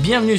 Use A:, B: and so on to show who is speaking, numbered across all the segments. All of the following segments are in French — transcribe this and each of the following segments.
A: Bienvenue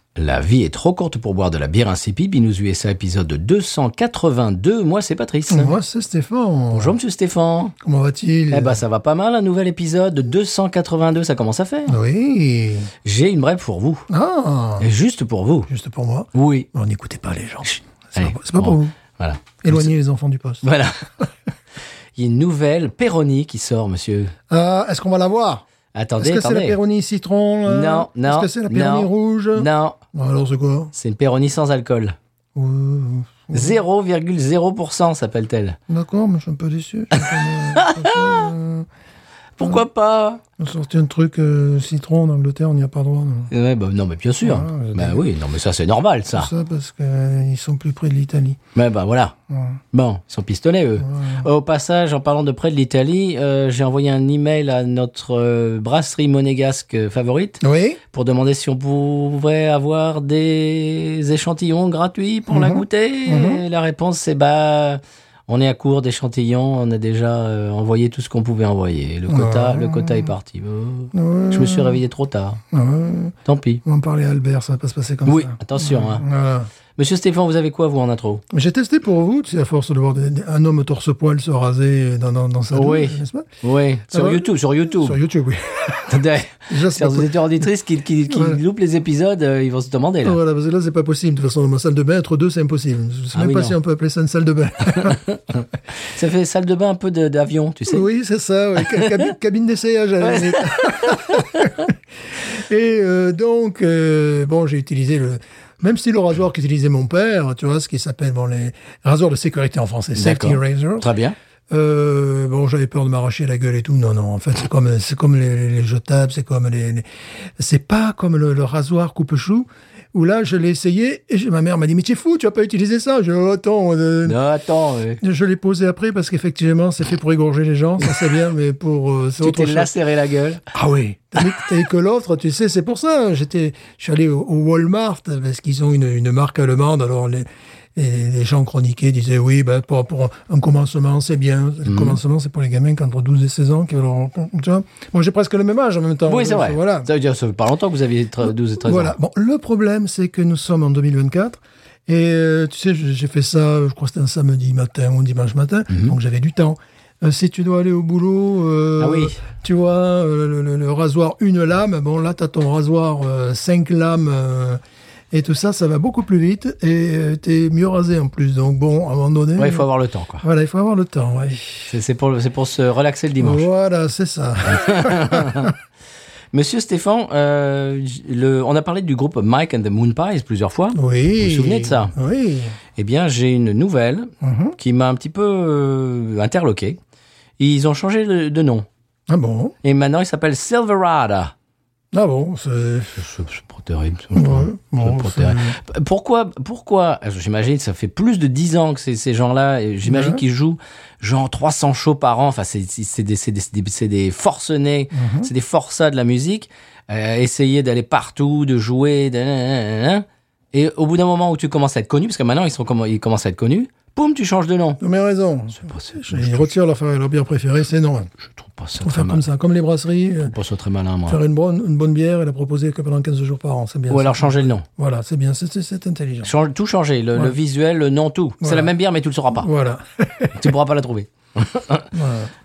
A: La vie est trop courte pour boire de la bière insipide. Binous USA épisode 282. Moi, c'est Patrice.
B: Moi, c'est Stéphane.
A: Bonjour, monsieur Stéphane.
B: Comment va-t-il
A: Eh ben, ça va pas mal, un nouvel épisode 282. Ça commence à faire.
B: Oui.
A: J'ai une brève pour vous.
B: Ah,
A: Et Juste pour vous.
B: juste pour moi.
A: Oui.
B: On n'écoutait pas les gens. C'est
A: Allez,
B: pas, c'est pas
A: bon,
B: pour vous.
A: Voilà.
B: Éloignez les enfants du poste.
A: Voilà. Il y a une nouvelle Péroni qui sort, monsieur.
B: Ah, Est-ce qu'on va la voir
A: Attendez,
B: Est-ce que c'est la
A: attendez.
B: péronie citron là
A: Non, non.
B: Est-ce que c'est la péronie
A: non,
B: rouge
A: Non,
B: Non, alors c'est quoi
A: c'est une Péroni sans alcool.
B: Ouh,
A: 0,0% s'appelle-t-elle.
B: D'accord, mais je suis un peu déçu. Je suis un peu- euh,
A: Pourquoi pas
B: On sortait un truc euh, citron d'Angleterre, on n'y a pas droit. non.
A: Ouais, bah, Non, mais bien sûr.
B: Voilà, vous avez
A: bah
B: dit.
A: oui, non, mais ça, c'est normal, ça.
B: Tout ça parce qu'ils sont plus près de l'Italie.
A: Mais bah voilà.
B: Ouais.
A: Bon, ils sont pistolets, eux. Au passage, en parlant de près de l'Italie, euh, j'ai envoyé un email à notre euh, brasserie monégasque euh, favorite
B: Oui
A: pour demander si on pouvait avoir des échantillons gratuits pour la
B: Mhm.
A: goûter.
B: Mhm.
A: Et la réponse, c'est bah, on est à court d'échantillons, on a déjà euh, envoyé tout ce qu'on pouvait envoyer. Le quota,
B: Ah.
A: le quota est parti. Euh,
B: Ouais.
A: Je me suis réveillé trop tard.
B: Ah Ouais.
A: Tant pis.
B: On va en parler à Albert, ça va pas se passer comme
A: Oui,
B: ça.
A: attention, hein.
B: Voilà.
A: Monsieur Stéphane, vous avez quoi, vous, en intro
B: Mais J'ai testé pour vous, tu sais, à force de voir des- des- un homme au torse-poil se raser dans, dans, dans sa
A: Oui.
B: douche, n'est-ce pas
A: Oui, sur
B: va
A: YouTube, sur YouTube.
B: Euh, Sur YouTube, oui. Déjà, c'est
A: Chers
B: pas possible.
A: auditeurs auditrices qui, qui, qui
B: Voilà.
A: loupent les épisodes, euh, ils vont se demander, là.
B: Voilà, parce que là, c'est pas possible. De toute façon, dans ma salle de bain, entre deux, c'est impossible. Je sais
A: Ah
B: même
A: oui,
B: pas
A: non. Ah,
B: si on peut appeler ça une salle de bain.
A: Ça fait salle de bain un peu de- d'avion, tu sais.
B: oui, c'est ça, oui. Ca- cabi- cabine d'essayage à la limite. Et euh, donc, euh, bon, j'ai utilisé le même style au rasoir qu'utilisait mon père, tu vois, ce qui s'appelle bon, les rasoirs de sécurité en français, safety
A: D'accord.
B: razors.
A: Très bien.
B: Euh, bon, j'avais peur de m'arracher la gueule et tout. Non, non, en fait, c'est comme, c'est comme les, les- les jetables, c'est comme les, les- c'est pas comme le, le rasoir coupe-chou, où là, je l'ai essayé et je- ma mère m'a dit, mais t'es fou, tu vas pas utiliser ça. Je, oh, attends, euh,
A: Non, attends, euh,
B: je l'ai posé après parce qu'effectivement, c'est fait pour égorger les gens, ça c'est bien, mais pour, euh, c'est
A: tu
B: autre
A: t'es
B: chose.
A: lacéré la gueule.
B: Ah oui. T'as vu- t'as vu que l'autre, tu sais, c'est pour ça. hein. J'étais, je suis allé au, au Walmart parce qu'ils ont une, une marque allemande. Alors les, et les gens chroniqués disaient oui, ben pour, pour un commencement, c'est bien.
A: Mhm.
B: Le commencement, c'est pour les gamins qu'entre 12 et 16 ans qui veulent rencontrer. tu vois. Moi, j'ai presque le même âge en même temps.
A: Oui, c'est vrai.
B: Euh, Voilà.
A: Ça veut dire, ça fait pas longtemps que vous aviez tre- 12 et 13
B: Voilà.
A: ans.
B: Bon, le problème, c'est que nous sommes en 2024. Et euh, tu sais, je- j'ai fait ça, je crois que c'était un samedi matin ou un dimanche matin, donc j'avais du temps. Euh, si tu dois aller au boulot, euh,
A: Mhm. Ah oui.
B: tu vois, euh, le, le- le rasoir une lame, bon là, tu as ton rasoir euh, cinq lames euh, et tout ça, ça va beaucoup plus vite et euh, t'es mieux rasé en plus. Donc bon, à un moment donné,
A: Ouais, il faut avoir le temps, quoi.
B: voilà, il faut avoir le temps. ouais.
A: C'est c'est pour, c'est pour se relaxer le dimanche.
B: Voilà, c'est ça.
A: Monsieur Stéphane, euh, j- le, on a parlé du groupe Mike and the Moon Pies plusieurs fois.
B: Oui.
A: Vous vous souvenez de ça
B: Oui.
A: Eh bien, j'ai une nouvelle
B: Mhm.
A: qui m'a un petit peu euh, interloqué. Ils ont changé de, de nom.
B: Ah bon
A: Et maintenant, ils s'appellent Silverada.
B: Ah bon, c'est...
A: C'est- C'est c'est pas terrible. ça.
B: Ouais, bon,
A: pour
B: c'est-
A: terre. P- Pourquoi, pourquoi J'imagine ça fait plus de 10 ans que ces, ces gens-là, et j'imagine
B: Ouais.
A: qu'ils jouent genre 300 shows par an. Enfin, c'est c'est des, c'est des, c'est des- c'est des forcenés, c'est des forçats de la musique. Euh, essayer d'aller partout, de jouer. da- da- da- da- da. Et au bout d'un moment où tu commences à être connu, parce que maintenant ils, sont, comm- ils commencent à être connus, poum, tu changes de nom.
B: Non, mais raison.
A: C'est pas- c'est- Je,
B: Ils retirent leur, leur bière préférée, c'est non.
A: je trouve pas ça
B: Faut
A: très
B: faire
A: malin.
B: comme ça, comme les brasseries, euh,
A: Je trouve pas ça très malin, moi.
B: faire une bonne, une bonne bière et la proposer que pendant 15 jours par an, c'est bien.
A: Ou
B: ça.
A: alors changer le nom.
B: Voilà, c'est bien, c'est- c'est c'est intelligent.
A: Change- tout changer, le, le
B: Ouais.
A: visuel, le nom, tout. C'est
B: Voilà.
A: la même bière, mais tu le sauras pas.
B: Voilà.
A: Tu pourras pas la trouver.
B: Voilà.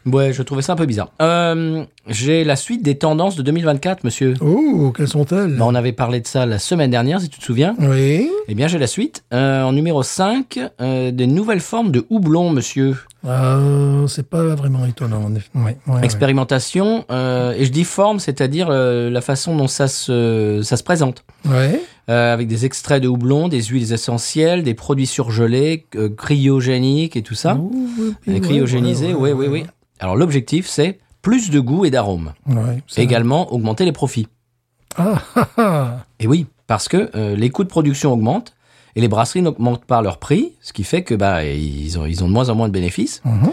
A: Ouais, je trouvais ça un peu bizarre. Euh, J'ai la suite des tendances de 2024, monsieur.
B: Oh, quelles sont-elles
A: Bah, on avait parlé de ça la semaine dernière, si tu te souviens.
B: Oui.
A: Eh bien, j'ai la suite. Euh, en numéro 5, euh, des nouvelles formes de houblon, monsieur.
B: Euh, c'est pas vraiment étonnant. en effet. Ouais, ouais, ouais.
A: Expérimentation. euh, et je dis forme, c'est-à-dire euh, la façon dont ça se, ça se présente.
B: Ouais.
A: Euh, avec des extraits de houblon, des huiles essentielles, des produits surgelés, euh, cryogéniques et tout ça.
B: Ouh, ouais,
A: Euh,
B: ouais,
A: cryogénisés,
B: ouais, ouais,
A: oui, oui,
B: ouais.
A: oui. Alors, l'objectif, c'est plus de goût et d'arôme.
B: Ouais, ça-
A: Également, augmenter les profits.
B: Ah, ah, ah.
A: Et oui, parce que euh, les coûts de production augmentent Et les brasseries n'augmentent pas leur prix, ce qui fait que bah, ils, ont, ils ont de moins en moins de bénéfices.
B: Mhm.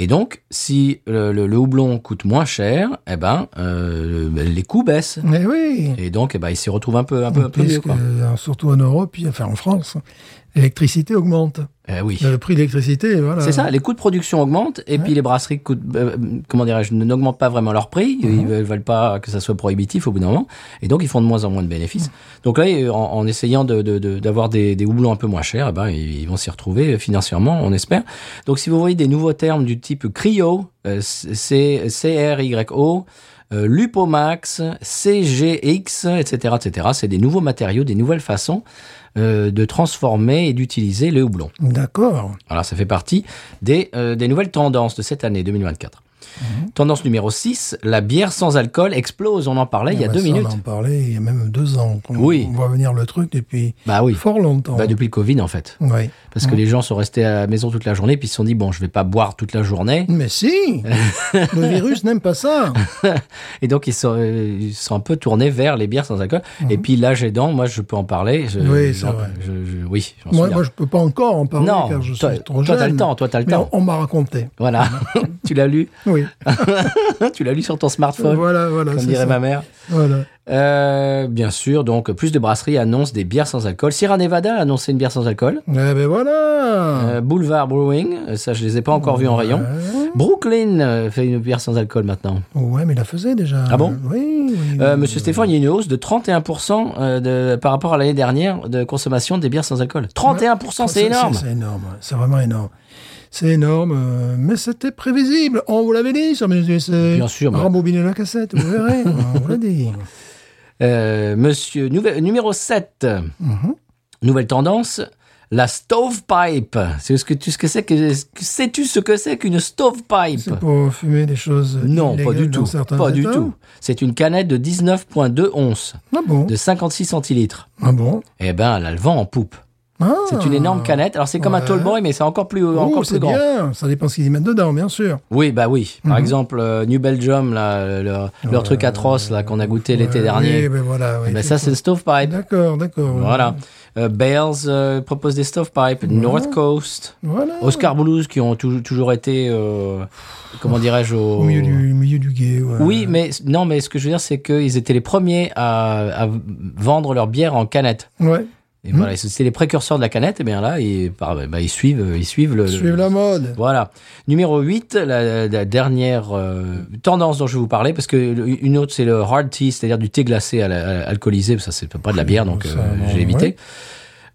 A: Et donc, si le, le- le houblon coûte moins cher, eh ben, euh, les coûts baissent.
B: Eh oui.
A: Et donc, eh ben, ils s'y retrouvent un peu, un peu, un peu mieux.
B: Puisque,
A: Quoi.
B: euh, surtout en Europe, puis- enfin en France, l'électricité augmente.
A: Eh oui.
B: Le prix de l'électricité, voilà.
A: C'est ça, les coûts de production augmentent et puis les brasseries coûtent, euh, comment dirais-je, n'augmentent pas vraiment leur prix. Ils veulent, veulent pas que ça soit prohibitif au bout d'un moment. Et donc, ils font de moins en moins de bénéfices. Donc là, en, en essayant de- de- de- d'avoir des, des houblons un peu moins chers, eh ben, ils vont s'y retrouver financièrement, on espère. Donc, si vous voyez des nouveaux termes du type cryo, euh, c'est C-R-Y-O, euh, Lupomax, CGX, etc., etc. C'est des nouveaux matériaux, des nouvelles façons euh, de transformer et d'utiliser le houblon.
B: D'accord.
A: Alors ça fait partie des, euh, des nouvelles tendances de cette année 2024.
B: Mhm.
A: Tendance numéro 6, la bière sans alcool explose. On en parlait il y a
B: Ah bah
A: deux
B: ça,
A: minutes.
B: On en parlait il y a même deux ans. qu'on-
A: Oui.
B: On voit venir le truc depuis
A: Bah oui,
B: fort longtemps.
A: bah, depuis le Covid en fait.
B: Oui.
A: Parce que les gens sont restés à la maison toute la journée puis ils se sont dit, bon, je vais pas boire toute la journée.
B: Mais si Le virus n'aime pas ça.
A: Et donc ils sont, euh, ils sont un peu tournés vers les bières sans alcool. Et puis l'âge aidant, moi je peux en parler. Je-
B: Mhm. Oui,
A: j'en-
B: c'est vrai.
A: je- je- oui, j'en
B: Moi,
A: suis là.
B: moi, je peux pas encore en parler
A: Non,
B: car je
A: toi-
B: suis trop
A: toi, t'as
B: jeune.
A: le temps, toi, t'as le
B: Mais
A: temps.
B: On, on m'a raconté.
A: Voilà, tu l'as lu, hein,
B: Oui.
A: tu l'as lu sur ton smartphone,
B: voilà, voilà.
A: comme
B: c'est
A: dirait
B: ça.
A: ma mère.
B: Voilà.
A: Euh, bien sûr, donc plus de brasseries annoncent des bières sans alcool. Sierra Nevada a annoncé une bière sans alcool.
B: Eh ben voilà.
A: Euh, Boulevard Brewing, euh, ça je les ai pas encore vus en rayon.
B: Ouais.
A: Brooklyn euh, fait une bière sans alcool maintenant.
B: Ouais, mais il la faisait déjà.
A: Ah bon
B: Oui. oui,
A: Euh,
B: oui.
A: Monsieur Stéphane, il y a une hausse de 31% euh, de, par rapport à l'année dernière de consommation des bières sans alcool. 31%, c'est énorme.
B: C'est énorme, ouais. c'est vraiment énorme. C'est énorme, euh, mais c'était prévisible. On vous l'avait dit sur Bien
A: Bien sûr, mais-
B: Rembobiner la cassette, vous verrez. on vous l'a dit.
A: Euh, monsieur, nouvel- numéro 7.
B: Mm-hmm.
A: Nouvelle tendance, la stovepipe. C'est ce que tu ce que c'est que sais-tu ce que c'est qu'une stovepipe
B: C'est pour fumer des choses.
A: Non, pas
B: illégales
A: du
B: dans
A: tout.
B: certains
A: Pas du
B: États.
A: tout. C'est une canette de 19,2 onces,
B: Ah bon
A: de 56 centilitres.
B: Ah bon
A: Eh ben, elle a le vent en poupe.
B: Ah.
A: C'est une énorme canette. Alors, c'est comme un
B: Ouais.
A: tallboy, mais c'est encore plus,
B: Oh,
A: encore plus
B: c'est
A: grand.
B: bien. Mhm. Ça dépend ce qu'ils y mettent dedans, bien sûr.
A: Oui, bah oui. Par exemple, euh, New Belgium, là, le- leur, leur truc atroce là qu'on a goûté l'été
B: Ouais,
A: dernier.
B: Oui, ben voilà. oui,
A: Eh ben, ça, c'est
B: tout-
A: le stovepipe.
B: D'accord, d'accord.
A: Voilà. Euh, Bales euh, propose des stovepipes. North Coast.
B: Voilà.
A: Oscar Blues, qui ont tou- toujours été, euh, comment dirais-je, au...
B: Au milieu du, au milieu du guet. ouais.
A: Oui, mais non, mais ce que je veux dire, c'est qu'ils étaient les premiers à, à vendre leur bière en canette.
B: Ouais.
A: Et
B: Hmm.
A: voilà, c'est les précurseurs de la canette. Et bien là, ils, par- bah, ils suivent, ils suivent le.
B: Suivez la mode.
A: Voilà. Numéro 8, la, la dernière euh, tendance dont je vais vous parler, parce que le- une autre, c'est le hard tea, c'est-à-dire du thé glacé à la- à- alcoolisé. Ça, c'est pas de la bière, donc
B: Ça,
A: euh,
B: non,
A: j'ai
B: ouais.
A: évité.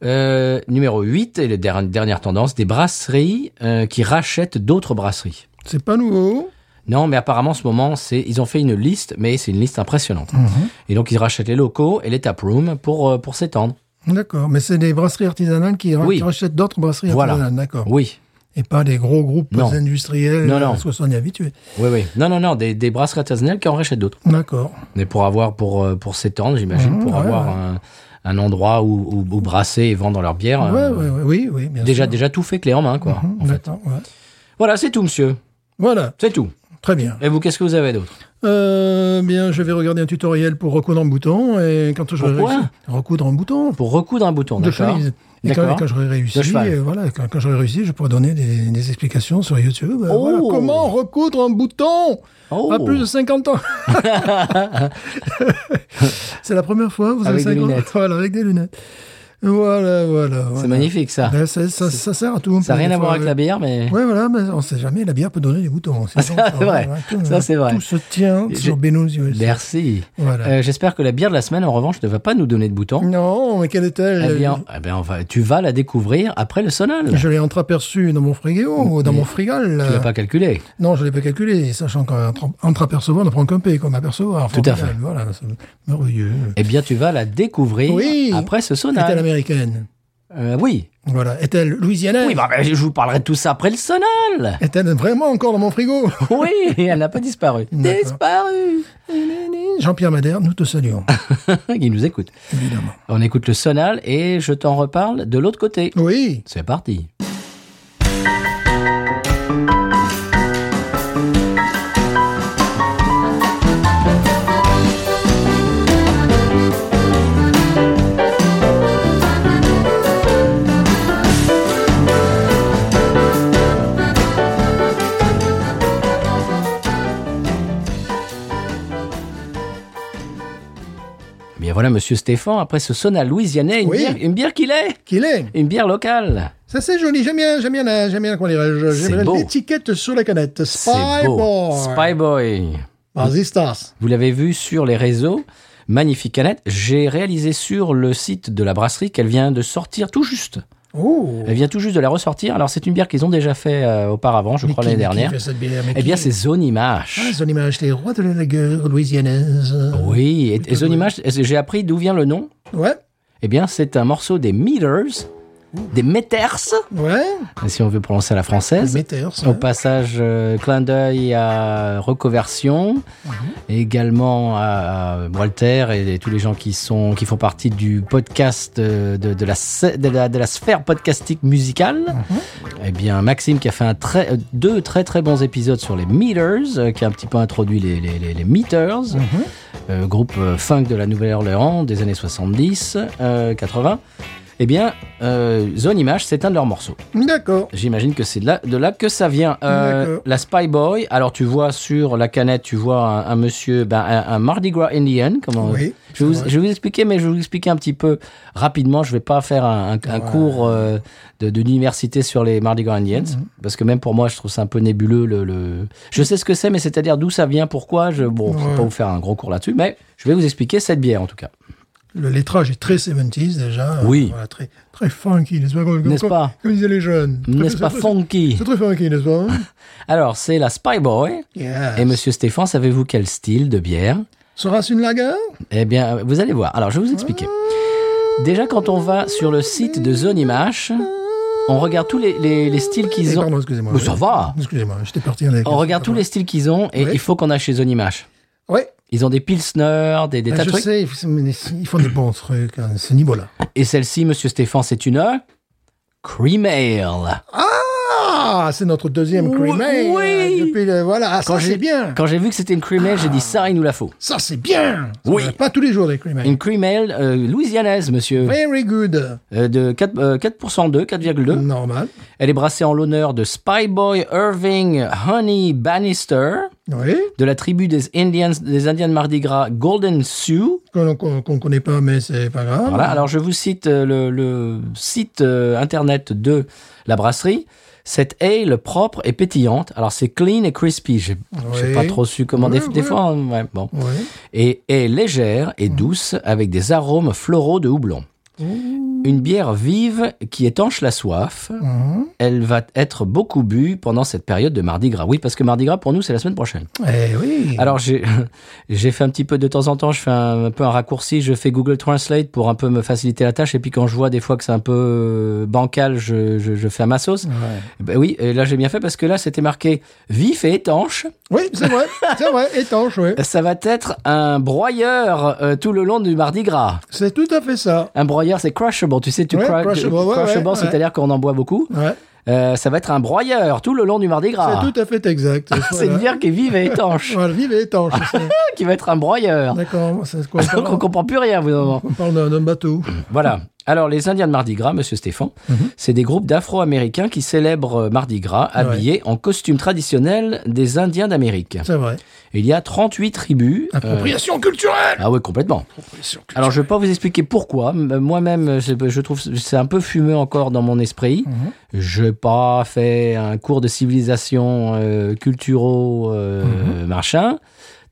A: Euh, numéro 8, et la der- dernière tendance, des brasseries euh, qui rachètent d'autres brasseries.
B: C'est pas nouveau.
A: Non, mais apparemment, en ce moment, c'est ils ont fait une liste, mais c'est une liste impressionnante.
B: Mhm.
A: Et donc, ils rachètent les locaux et les taprooms pour, euh, pour s'étendre.
B: D'accord, mais c'est des brasseries artisanales qui, ra-
A: Oui.
B: qui rachètent d'autres brasseries
A: Voilà.
B: artisanales, d'accord.
A: Oui,
B: Et pas des gros groupes
A: Non.
B: industriels euh,
A: Non, non.
B: parce qu'on s'en est habitué.
A: oui, oui. Non, non, non, des, des brasseries artisanales qui en rachètent d'autres.
B: D'accord.
A: Mais pour avoir, pour, euh, pour s'étendre, j'imagine,
B: Mhm,
A: pour
B: ouais,
A: avoir
B: ouais.
A: Un, un endroit où, où, où brasser et vendre leur bière.
B: Ouais,
A: euh,
B: ouais, ouais, oui, oui, bien
A: déjà,
B: sûr.
A: déjà tout fait clé en main, quoi.
B: Mhm,
A: en fait.
B: d'accord, ouais.
A: Voilà, c'est tout, monsieur.
B: Voilà,
A: C'est tout.
B: très bien.
A: Et vous, qu'est-ce que vous avez d'autre
B: Euh, bien, je vais regarder un tutoriel pour recoudre un bouton et quand je
A: Pourquoi
B: recoudre un bouton
A: Pour recoudre un bouton,
B: de
A: d'accord
B: chemise. Et quand,
A: D'accord.
B: et quand j'aurai réussi,
A: De cheval.
B: euh, voilà, quand, quand j'aurai réussi, je pourrai donner des, des explications sur YouTube. euh,
A: Oh.
B: voilà. Comment recoudre un bouton
A: Oh.
B: à plus de 50 ans C'est la première fois, vous avez
A: Avec des
B: 50
A: lunettes.
B: Voilà, avec des lunettes. Voilà, voilà.
A: C'est
B: voilà.
A: magnifique, ça.
B: Ben, c'est- ça, ça sert à tout.
A: Ça n'a rien à voir avec la bière, mais...
B: euh, Ouais, voilà, mais on sait jamais, la bière peut donner des boutons. C'est
A: ça,
B: bon,
A: c'est vrai.
B: voilà, tout-
A: Ça, c'est vrai.
B: Tout se tient
A: J'ai-
B: sur Benoît USA.
A: Merci.
B: Voilà.
A: Euh, J'espère que la bière de la semaine, en revanche, ne va pas nous donner de boutons.
B: Non, mais quelle est-elle
A: Eh bien, eh bien, on va- tu vas la découvrir après le sonal.
B: Je l'ai entreaperçu dans mon frigo, dans mon frigal.
A: Tu l'as pas calculé.
B: Non, je l'ai pas calculé, sachant qu'entre-apercevoir ne prend qu'un P, comme apercevoir.
A: Tout à
B: Formidable,
A: fait.
B: Voilà, c'est merveilleux.
A: Eh bien, tu vas la découvrir
B: Oui.
A: après ce
B: Est-elle
A: sonal.
B: américaine
A: Euh, oui.
B: Voilà. Est-elle louisianaise
A: Oui, bah, bah, je vous parlerai de tout ça après le sonal.
B: Est-elle vraiment encore dans mon frigo
A: Oui, elle n'a pas disparu.
B: D'accord.
A: Disparu.
B: Jean-Pierre Madère, nous te saluons,
A: Il nous écoute.
B: évidemment.
A: On écoute le sonal et je t'en reparle de l'autre côté.
B: Oui,
A: C'est parti. voilà, monsieur Stéphane, après ce sauna louisianais, une
B: Oui.
A: bière, une bière qu'il est
B: Qu'il est.
A: Une bière locale
B: Ça, c'est joli. J'aime bien, j'aime bien, la- j'aime bien, comment dirais-je,
A: C'est
B: j'aime bien
A: beau.
B: l'étiquette sur la canette.
A: C'est beau.
B: Spyboard.
A: Spyboy.
B: Vas-y, Stas.
A: Vous l'avez vu sur les réseaux. Magnifique canette. J'ai réalisé sur le site de la brasserie qu'elle vient de sortir tout juste.
B: Oh.
A: Elle vient tout juste de la ressortir. Alors, c'est une bière qu'ils ont déjà fait euh, auparavant, je crois, l'année dernière. Eh bien, c'est Zone Image.
B: Ah, son image, les rois de la lagueur louisianaise.
A: oui, et, et Zone Image, est-ce que j'ai appris d'où vient le nom.
B: Ouais,
A: Eh bien, c'est un morceau des Meters, des Meters,
B: ouais.
A: si on veut prononcer à la française.
B: Metters.
A: Au passage, euh, clin d'œil à Recoversion, également à Walter et, tous les gens qui, sont, qui font partie du podcast euh, de, de la, sc- de, la, de la sphère podcastique musicale. Eh bien, Maxime qui a fait un très, euh, deux très très bons épisodes sur les Meters, euh, qui a un petit peu introduit les, les, les- les Meters,
B: Mhm.
A: euh, groupe euh, funk de la Nouvelle-Orléans des années 70, euh, 80. Eh bien, euh, Zone Image, c'est un de leurs morceaux.
B: D'accord.
A: J'imagine que c'est de là, de là que ça vient. Euh,
B: D'accord.
A: la Spy Boy, alors tu vois sur la canette, tu vois un, un monsieur, ben, un, un Mardi Gras Indian. Comment
B: Oui,
A: Euh, je, vais vous,
B: c'est vrai.
A: je vais vous expliquer, mais je vais vous expliquer un petit peu rapidement. Je vais pas faire un, un- un cours euh, de- d'université sur les Mardi Gras Indians,
B: Mhm.
A: parce que même pour moi, je trouve ça un peu nébuleux. Le, le- Je sais ce que c'est, mais c'est-à-dire d'où ça vient, pourquoi. Je... Bon, je vais pas vous faire un gros cours là-dessus, mais je vais vous expliquer cette bière en tout cas.
B: Le lettrage est très 70 déjà.
A: Oui.
B: Euh, voilà, très, très funky, n'est-ce pas comme-
A: N'est-ce
B: comme-
A: pas
B: Comme disaient les jeunes.
A: N'est-ce pas
B: C'est-
A: funky
B: C'est très funky, n'est-ce pas hein
A: Alors, c'est la Spy Boy.
B: Yes.
A: Et monsieur Stéphane, savez-vous quel style de bière
B: Sera-ce une lagueur
A: Eh bien, vous allez voir. Alors, je vais vous expliquer. Déjà, quand on va sur le site de Zone Image, on regarde tous les, les- les styles
B: Eh,
A: qu'ils ont.
B: Pardon, excusez-moi.
A: Mais ça va.
B: Excusez-moi, j'étais parti avec.
A: On regarde tous les styles qu'ils ont et
B: Oui.
A: il faut qu'on aille chez Zone Image.
B: Ouais.
A: Ils ont des Pilsner, des, des
B: Ah,
A: tas de
B: je
A: trucs.
B: sais, ils ils font des bons trucs à ce niveau-là.
A: Et celle-ci, Monsieur Stéphane, c'est une euh, Cream Ale.
B: Ah, c'est notre deuxième
A: Oui,
B: cream ale,
A: oui.
B: euh, depuis le- voilà, ah, ça c'est bien.
A: Quand j'ai vu que c'était une Cream Ale, j'ai dit ça, il nous la faut.
B: Ça c'est bien. Ça,
A: Oui.
B: on a Pas tous les jours des cream ale.
A: Une Cream Ale euh, louisianaise, monsieur,
B: Very good.
A: euh, de 4, euh, 4,2, 4,2.
B: Normal.
A: Elle est brassée en l'honneur de Spyboy Irving Honey Bannister.
B: Oui.
A: de la tribu des Indians, des Indiens de Mardi Gras, Golden Sioux.
B: Qu'on qu'on- qu'on connaît pas, mais c'est pas grave.
A: Voilà. Alors, je vous cite euh, le, le site euh, internet de la brasserie. Cette ale propre et pétillante. Alors, c'est clean et crispy. J'ai j'ai
B: Oui.
A: pas trop su comment des,
B: Oui,
A: des
B: oui. Mm.
A: fois. hein, ouais, bon.
B: Oui.
A: Et est légère et douce avec des arômes floraux de houblon. Une bière vive qui étanche la soif.
B: Mhm.
A: Elle va être beaucoup bue pendant cette période de Mardi Gras. Oui, parce que Mardi Gras, pour nous, c'est la semaine prochaine.
B: Eh oui.
A: Alors j'ai j'ai fait un petit peu de temps en temps, je fais un, un peu un raccourci, je fais Google Translate pour un peu me faciliter la tâche et puis quand je vois des fois que c'est un peu euh, bancal, je, je, je fais à ma sauce.
B: Ouais.
A: Ben oui, et là j'ai bien fait parce que là c'était marqué vif et étanche.
B: Oui, c'est vrai. c'est vrai. Étanche, oui.
A: Ça va être un broyeur euh, tout le long du Mardi Gras.
B: C'est tout à fait ça.
A: Un broyeur c'est crushable, tu sais, tu
B: Ouais,
A: cra-
B: crushable, ouais,
A: crushable,
B: ouais,
A: c'est-à-dire qu'on en boit beaucoup.
B: Ouais.
A: Euh, ça va être un broyeur tout le long du Mardi Gras.
B: C'est tout à fait exact.
A: Ah. C'est une bière qui est vive et étanche,
B: Voilà, vive et étanche. c'est-
A: qui va être un broyeur.
B: D'accord. C'est quoi on
A: Donc on
B: parle,
A: comprend plus rien, vous moment.
B: on parle d'un d'un bateau.
A: Voilà. Alors, les Indiens de Mardi Gras, monsieur Stéphane, c'est des groupes d'afro-américains qui célèbrent euh, Mardi Gras habillés en costume traditionnel des Indiens d'Amérique.
B: C'est vrai.
A: Il y a 38 tribus. euh,
B: Appropriation culturelle.
A: ah oui, complètement. Alors, je ne vais pas vous expliquer pourquoi. M- Moi-même, euh, je je trouve que c'est un peu fumeux encore dans mon esprit. Je n'ai pas fait un cours de civilisation euh, culturaux, euh, machin.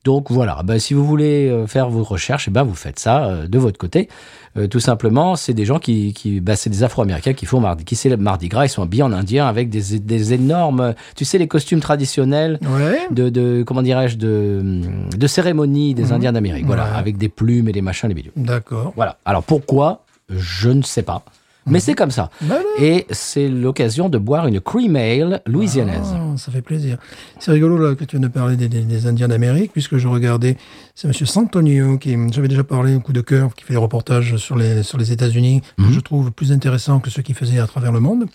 A: Donc voilà, Ben, si vous voulez euh, faire vos recherches, eh ben, vous faites ça euh, de votre côté. Euh, tout simplement, c'est des gens qui, qui ben, c'est des Afro-Américains qui font mardi, qui célèbrent Mardi Gras. Ils sont habillés en indien avec des, des énormes, tu sais, les costumes traditionnels
B: Ouais.
A: de, de comment dirais-je, de, de cérémonie des Indiens d'Amérique. Voilà,
B: Ouais.
A: avec des plumes et des machins, les bidules.
B: D'accord.
A: Voilà. Alors pourquoi Je ne sais pas.
B: Mhm.
A: Mais c'est comme ça.
B: Voilà.
A: Et c'est l'occasion de boire une cream ale louisianaise.
B: Ah, ça fait plaisir. C'est rigolo là, que tu viens de parler des, des- des Indiens d'Amérique, puisque je regardais, c'est Monsieur Santonio qui, j'avais déjà parlé au coup de cœur, qui fait des reportages sur les sur les États-Unis, que je trouve plus intéressant que ceux qu'il faisait à travers le monde.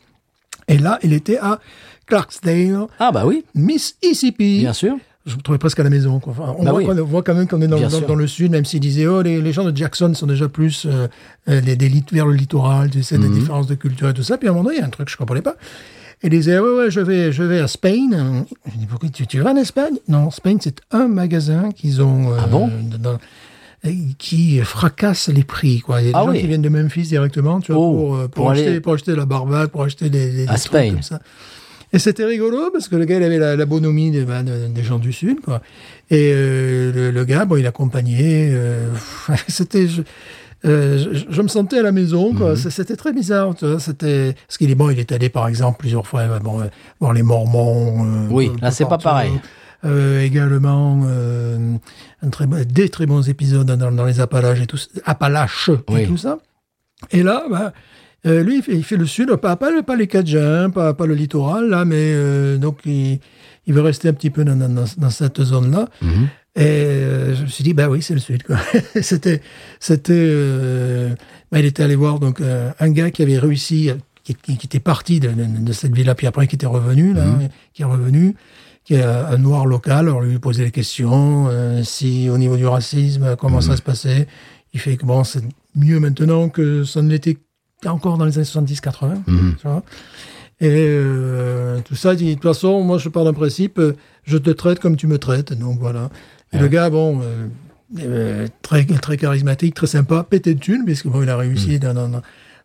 B: Et là, il était à Clarksdale,
A: Ah bah oui,
B: Mississippi.
A: bien sûr.
B: Je me trouvais presque à la maison. quoi. Enfin, on,
A: Bah
B: voit,
A: oui.
B: qu'on- on voit quand même qu'on est dans,
A: Bien
B: dans-
A: sûr.
B: dans le sud, même s'il disait oh les, les gens de Jackson sont déjà plus euh, euh, les, des lit- vers le littoral, tu
A: Mhm.
B: sais, des différences de culture et tout ça. Puis à un moment donné, il y a un truc que je comprenais pas. Il disait ouais ouais je vais je vais à Spain. Je dis pourquoi tu, tu vas en Espagne Non, Spain c'est un magasin qu'ils ont. euh,
A: Ah bon
B: dans- et qui fracassent les prix. Quoi. Il y a des
A: Ah
B: gens
A: oui.
B: qui viennent de Memphis directement tu vois,
A: Oh,
B: pour, euh, pour,
A: pour
B: acheter,
A: aller-
B: pour acheter la barbade, pour acheter des, des- des
A: À
B: trucs
A: Spain.
B: comme ça. Et c'était rigolo parce que le gars, il avait la, la bonhomie des, ben, de- des gens du Sud. Quoi. Et euh, le, le gars, bon, il accompagnait. euh, c'était. Je, euh, je, je me sentais à la maison, quoi.
A: Mhm.
B: C- C'était très bizarre, tu vois. C'était parce qu'il est bon, il est allé par exemple plusieurs fois euh, bon, euh, voir les Mormons. euh,
A: Oui,
B: peu-
A: là,
B: peu
A: c'est pas
B: partout.
A: pareil.
B: Euh, également, euh, un très bon- des très bons épisodes dans, dans les Appalaches et tout, ça- Appalaches et
A: Oui.
B: tout ça. Et là, bah, euh, lui, il fait, il fait le sud, pas, pas, le- pas les Cajuns, pas, pas le littoral, là, mais euh, donc il, il veut rester un petit peu dans, dans- dans- dans cette zone-là. Et euh, je me suis dit, bah oui, c'est le sud. quoi. c'était, c'était, euh, bah, il était allé voir donc euh, un gars qui avait réussi, euh, qui, qui- qui était parti de, de- de cette ville-là, puis après qui était revenu, là, qui est revenu, qui est euh, un noir local. Alors lui il posait des questions, euh, si au niveau du racisme, euh, comment ça se passait. Il fait que bon, c'est mieux maintenant que ça ne l'était encore dans les années 70-80. tu vois. Et euh, tout ça, il dit, de toute façon, moi je pars d'un principe, euh, je te traite comme tu me traites. Donc voilà. Et le gars, bon, euh, euh, très, très charismatique, très sympa, pété de thunes, puisque bon, il a réussi dans, dans-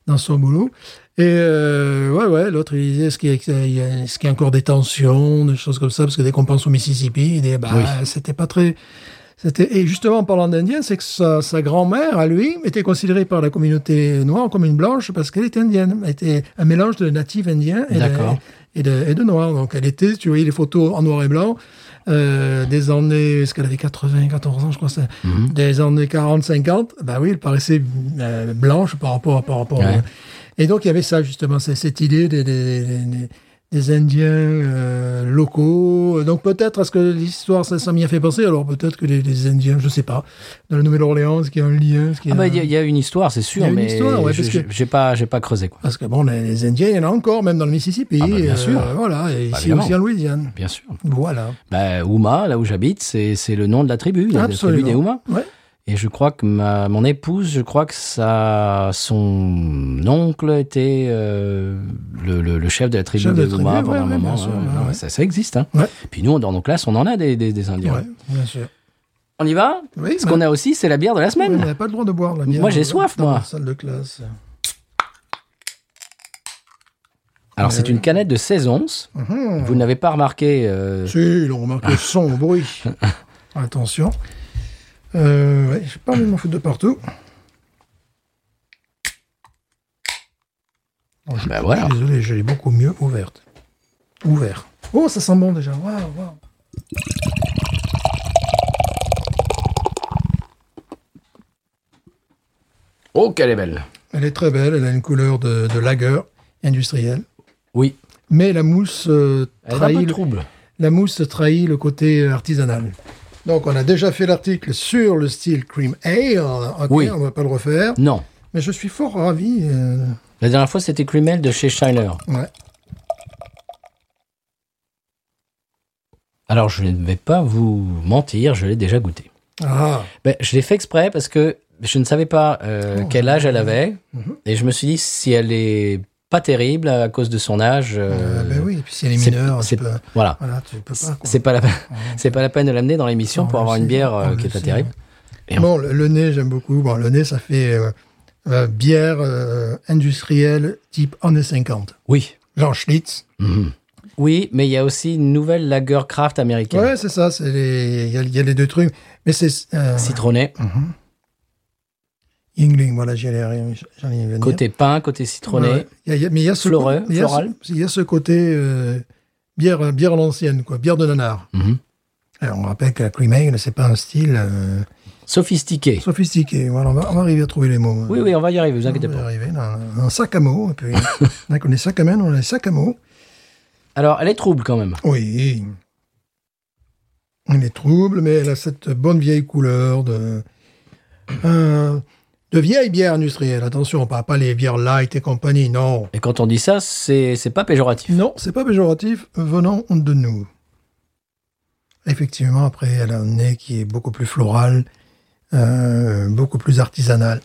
B: dans son boulot. Et euh, ouais, ouais, l'autre, il disait, est-ce qu'il y, a- il y a- est-ce qu'il y a encore des tensions, des choses comme ça, parce que dès qu'on pense au Mississippi, il dit, bah, c'était pas très... C'était, et justement, en parlant d'Indien, c'est que sa, sa grand-mère, à lui, était considérée par la communauté noire comme une blanche parce qu'elle était indienne. Elle était un mélange de natifs indiens et de,
A: D'accord.
B: et de, et de noirs. Donc, elle était, tu voyais les photos en noir et blanc, euh, des années, est-ce qu'elle avait 80, 14 ans, je crois, c'est-
A: Mhm.
B: des années 40, 50. Bah oui, elle paraissait euh, blanche par rapport, par rapport. euh.
A: Ouais.
B: Et donc, il y avait ça, justement, c'est- cette idée des, des- des- des- des Indiens euh, locaux. Donc, peut-être, est-ce que l'histoire, ça, ça m'y a fait penser Alors, peut-être que les, les Indiens, je sais pas, de la Nouvelle-Orléans, est-ce qu'il y a un lien est-ce qu'il y
A: Ah
B: a
A: bah,
B: un-
A: il y, a- il y a une histoire, c'est sûr,
B: euh, Il y a une
A: mais
B: histoire, ouais,
A: je-
B: parce
A: je-
B: que-
A: j'ai pas, j'ai pas creusé quoi.
B: Parce que, bon, les, les Indiens, il y en a encore, même dans le Mississippi.
A: Ah bah, bien
B: euh,
A: sûr.
B: Voilà,
A: Bah,
B: et ici
A: évidemment.
B: aussi en Louisiane.
A: Bien sûr.
B: Voilà.
A: Bah, Houma, là où j'habite, c'est c'est le nom de la tribu, la- la tribu
B: Absolument.
A: des Houma.
B: Ouais.
A: Et je crois que ma, mon épouse, je crois que sa, son oncle était euh, le, le- le chef de la tribu
B: Chef de
A: des
B: la tribu,
A: Houma pendant
B: ouais,
A: un
B: ouais,
A: moment.
B: bien sûr,
A: ouais,
B: ouais,
A: ouais,
B: ouais.
A: Ça, ça existe. Hein.
B: Ouais.
A: Puis nous, dans nos classes, on en a des, des- des Indiens.
B: Ouais, bien sûr.
A: On y va
B: Oui,
A: Ce qu'on a aussi, c'est la bière de la
B: mais-
A: semaine.
B: mais on n'a pas le droit de boire la bière.
A: Moi, j'ai
B: dans-
A: soif,
B: dans
A: moi.
B: la salle de classe.
A: Alors, c'est une canette de 16 onces.
B: Mhm.
A: Vous n'avez pas remarqué. euh,
B: Si, ils ont remarqué le son, le bruit. Attention. Euh, ouais, j'ai pas envie de m'en foutre de partout. Oh, je-
A: Bah, voilà.
B: je suis Désolé, je l'ai beaucoup mieux ouverte. Ouvert. Oh, ça sent bon déjà. Waouh, waouh.
A: Oh, qu'elle est belle
B: Elle est très belle, elle a une couleur de, de lager industrielle.
A: Oui.
B: Mais la mousse euh,
A: Elle est un peu
B: trahit, le-
A: trouble.
B: la mousse trahit le côté artisanal. Donc, on a déjà fait l'article sur le style cream ale. Ok,
A: Oui.
B: on ne va pas le refaire.
A: Non.
B: Mais je suis fort ravi. euh,
A: La dernière fois, c'était Crumel de chez Shiner.
B: ouais.
A: Alors, je ne vais pas vous mentir, je l'ai déjà goûté.
B: Ah,
A: Ben, je l'ai fait exprès parce que je ne savais pas
B: Oh.
A: euh, quel âge elle avait.
B: Mm-hmm.
A: Et je me suis dit, si elle est pas terrible à cause de son âge. euh,
B: euh, ben oui, et puis si elle est
A: c'est-
B: mineure, tu
A: c'est-
B: peux,
A: Voilà.
B: voilà, tu peux pas. quoi. Ah
A: C'est pas, la... c'est pas la peine de l'amener dans l'émission
B: On
A: pour
B: le
A: avoir une
B: sait,
A: bière euh,
B: on
A: qui
B: le
A: est pas
B: sait.
A: terrible. Et on-
B: Bon, le, le nez, j'aime beaucoup. Bon, le nez, ça fait euh, euh, bière euh, industrielle type années 50.
A: Oui.
B: Genre Schlitz.
A: Oui, mais il y a aussi une nouvelle lager craft américaine.
B: Ouais, c'est ça, c'est les- il y, a- il y a les deux trucs. Mais c'est euh,
A: Citronnée.
B: Yingling, voilà, j'y allais rien, j'en ai venir.
A: Côté pain, côté citronné.
B: Ouais, il y a- il y a- mais il y a ce
A: Fleureux,
B: côté- il y a ce-
A: floral.
B: Il y a ce côté euh, bière, bière à l'ancienne, quoi, bière de nanar.
A: Mhm.
B: Alors, on rappelle que la cream ale, c'est pas un style euh,
A: Sophistiqué.
B: sophistiqué. Voilà, on va, on va arriver à trouver les mots. hein.
A: Oui, oui, on va y arriver, vous inquiétez
B: On
A: pas.
B: va arriver dans un- un sac à mots. Et puis, on a qu'on est sac à main, on a les sacs à mots.
A: Alors, elle est trouble quand même.
B: Oui. Elle est trouble, mais elle a cette bonne vieille couleur de. euh, de vieille bière industrielle. Attention, pas, pas les bières light et compagnie, non.
A: Et quand on dit ça, c'est c'est pas péjoratif.
B: Non, c'est pas péjoratif, venant de nous. Effectivement, après, elle a un nez qui est beaucoup plus floral, euh, beaucoup plus artisanal.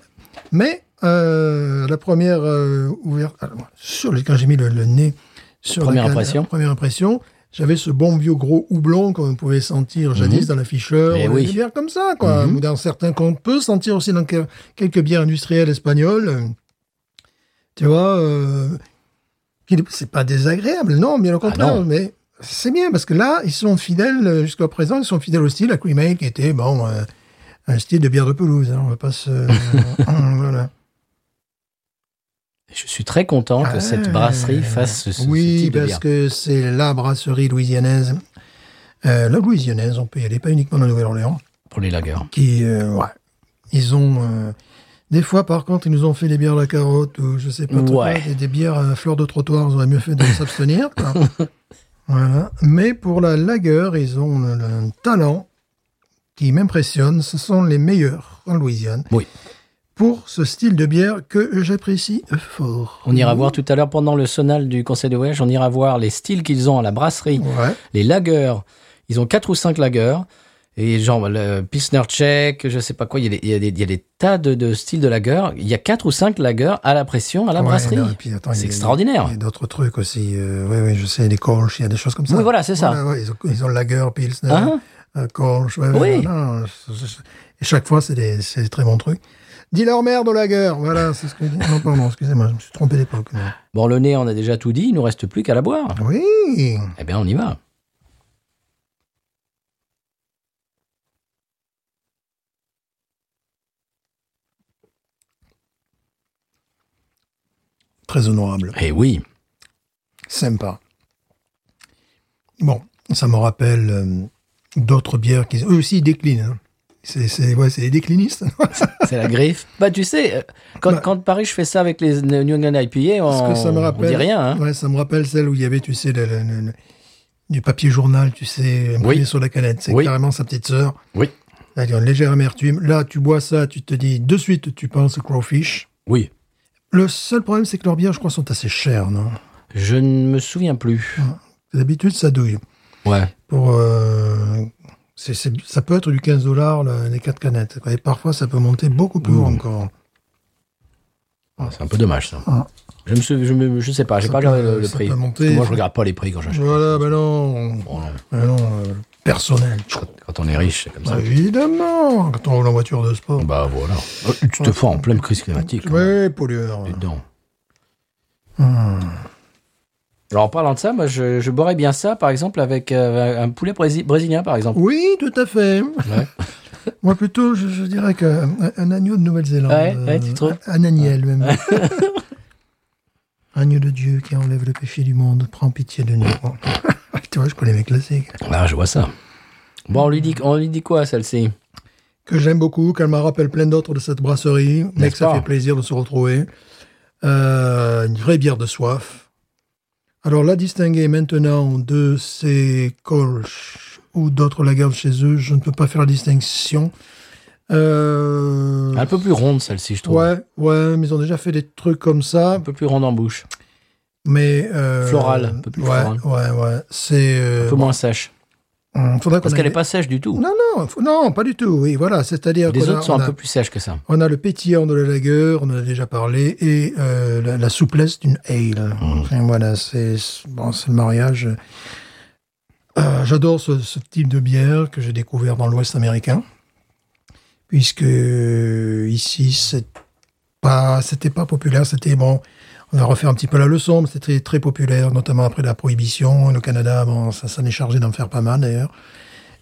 B: Mais euh, ah, la première euh, ouverte, alors, sur le- quand j'ai mis le, le nez sur la
A: Première
B: canne-
A: impression.
B: première impression, j'avais ce bon vieux gros houblon qu'on pouvait sentir jadis dans l'afficheur,
A: Mhm. Eh
B: ou
A: oui. Mhm.
B: des bières comme ça, quoi. Ou dans certains qu'on peut sentir aussi dans que- quelques bières industrielles espagnoles. Tu vois, euh, qu'il- c'est pas désagréable, non, bien au contraire,
A: Ah non.
B: mais c'est bien parce que là, ils sont fidèles euh, jusqu'à présent, ils sont fidèles au style, à Cream Ale qui était, bon, euh, un style de bière de pelouse, hein, on va pas se. voilà.
A: Je suis très content que cette
B: Ah.
A: brasserie fasse ce, ce- ce
B: oui,
A: type de
B: parce
A: bière.
B: que c'est la brasserie louisianaise. Euh, la louisianaise, on peut y aller, pas uniquement la Nouvelle-Orléans.
A: Pour les lagers.
B: Qui, euh, ouais, ils ont. euh, des fois, par contre, ils nous ont fait des bières à la carotte ou je sais pas trop.
A: Ouais.
B: quoi, Des, des bières à fleur de trottoir, ils auraient mieux fait de s'abstenir. quoi. voilà. Mais pour la lager, ils ont le- le- un talent qui m'impressionne. Ce sont les meilleurs en Louisiane.
A: Oui.
B: Pour ce style de bière que j'apprécie fort.
A: On ira voir tout à l'heure pendant le sonal du conseil de voyage, on ira voir les styles qu'ils ont à la brasserie.
B: Ouais.
A: Les lagers, ils ont quatre ou cinq lagers. Et genre le Pilsner Tchèque, je sais pas quoi, il y a des, il y a des- il y a des tas de, de styles de lagers. Il y a quatre ou cinq lagers à la pression, à la
B: Ouais,
A: brasserie.
B: non, et puis, attends, il y
A: C'est
B: a-
A: extraordinaire.
B: Il y a d'autres trucs aussi. euh, ouais, ouais, je sais, les Kolsch, il y a des choses comme ça.
A: Oui, voilà, c'est ça.
B: Ouais, ouais, ils, ont, ils ont Lager, Pilsner,
A: Hein
B: euh, Kolsch. ouais,
A: Oui.
B: ouais, non, non, c'est- c'est- et chaque fois, c'est des, c'est des très bons trucs. Dis leur merde au Lager. Voilà, c'est ce que je dis. Non, pardon, excusez-moi, je me suis trompé d'époque. non.
A: Bon, le nez, on a déjà tout dit, il nous reste plus qu'à la boire.
B: Oui.
A: Eh bien, on y va.
B: Très honorable.
A: Eh oui.
B: Sympa. Bon, ça me rappelle euh, d'autres bières qui, eux aussi, ils déclinent. hein. C'est c'est- ouais, c'est les déclinistes.
A: C'est la griffe. Bah, tu sais, euh, quand,
B: Bah.
A: quand Paris, je fais ça avec les New England IPA,
B: Parce
A: on,
B: que ça me rappelle.
A: on dit rien. Hein.
B: Ouais, ça me rappelle celle où il y avait, tu sais, le, le- le- le- du papier journal, tu sais, imprimé
A: Oui.
B: sur la canette. C'est
A: Oui.
B: carrément sa petite sœur.
A: Oui.
B: Là, il y a une légère amertume. Là, tu bois ça, tu te dis, de suite, tu penses au crawfish.
A: Oui.
B: Le seul problème, c'est que leurs bières, je crois, sont assez chères, non
A: Je ne me souviens plus.
B: D'habitude, ça douille.
A: Ouais.
B: Pour, euh, c'est- c'est- ça peut être du 15 dollars, les quatre canettes. quoi. Et parfois, ça peut monter beaucoup plus haut encore.
A: C'est un peu dommage, ça.
B: Ah.
A: Je me souviens, je, me- je sais pas, j'ai
B: Ça
A: pas
B: peut-
A: regardé le, le
B: ça
A: prix.
B: peut
A: Parce que
B: monter.
A: moi, je regarde pas les prix quand j'achète.
B: Voilà, ben non.
A: Bon, non.
B: Ben non, euh, personnel.
A: Quand, quand on est riche, c'est comme ça.
B: Bah, évidemment, quand on roule en voiture de sport.
A: Bah voilà. Euh, Tu te fous en pleine crise climatique. quand même.
B: Oui, euh, pollueur.
A: Dedans.
B: Hmm.
A: Alors en parlant de ça, moi je, je boirais bien ça par exemple avec euh, un poulet brési- brésilien par exemple.
B: Oui, tout à fait.
A: Ouais.
B: Moi, plutôt, je, je dirais qu'un un agneau de Nouvelle-Zélande. euh,
A: Ouais, ouais, tu trouves
B: Un agnel, même. agneau de Dieu qui enlève le péché du monde, prends pitié de nous. tu vois, je connais mes classiques. hein.
A: Ah, je vois ça. Bon, on lui dit, on lui dit quoi celle-ci
B: Que j'aime beaucoup, qu'elle me rappelle plein d'autres de cette brasserie, mais
A: N'est-ce
B: que ça
A: pas
B: fait plaisir de se retrouver. Euh, une vraie bière de soif. Alors, la distinguer maintenant de ces Kolsch ou d'autres lagers de chez eux, je ne peux pas faire la distinction. Euh,
A: Un peu plus ronde celle-ci, je trouve.
B: Ouais, ouais, mais ils ont déjà fait des trucs comme ça,
A: Un peu plus ronde en bouche,
B: mais euh,
A: Floral, un peu plus
B: ouais,
A: floral.
B: Ouais, ouais, c'est.
A: un
B: Euh,
A: peu moins sèche.
B: hum, faudrait
A: Parce
B: qu'on
A: qu'elle
B: aille-
A: est pas sèche du tout.
B: Non, non, faut- non, pas du tout. Oui, voilà, c'est-à-dire
A: Les
B: qu'on a-
A: autres sont
B: on
A: un
B: a-
A: peu plus sèches que ça.
B: On a le pétillant de la lagueur, on en a déjà parlé, et euh, la, la souplesse d'une ale. Et Voilà, c'est bon, c'est le mariage. Euh, J'adore ce, ce type de bière que j'ai découvert dans l'Ouest américain, puisque euh, ici c'est pas, c'était pas populaire, c'était bon. On a refait un petit peu la leçon, mais c'était très, très populaire, notamment après la prohibition. Le Canada, bon, ça s'en est chargé d'en faire pas mal d'ailleurs.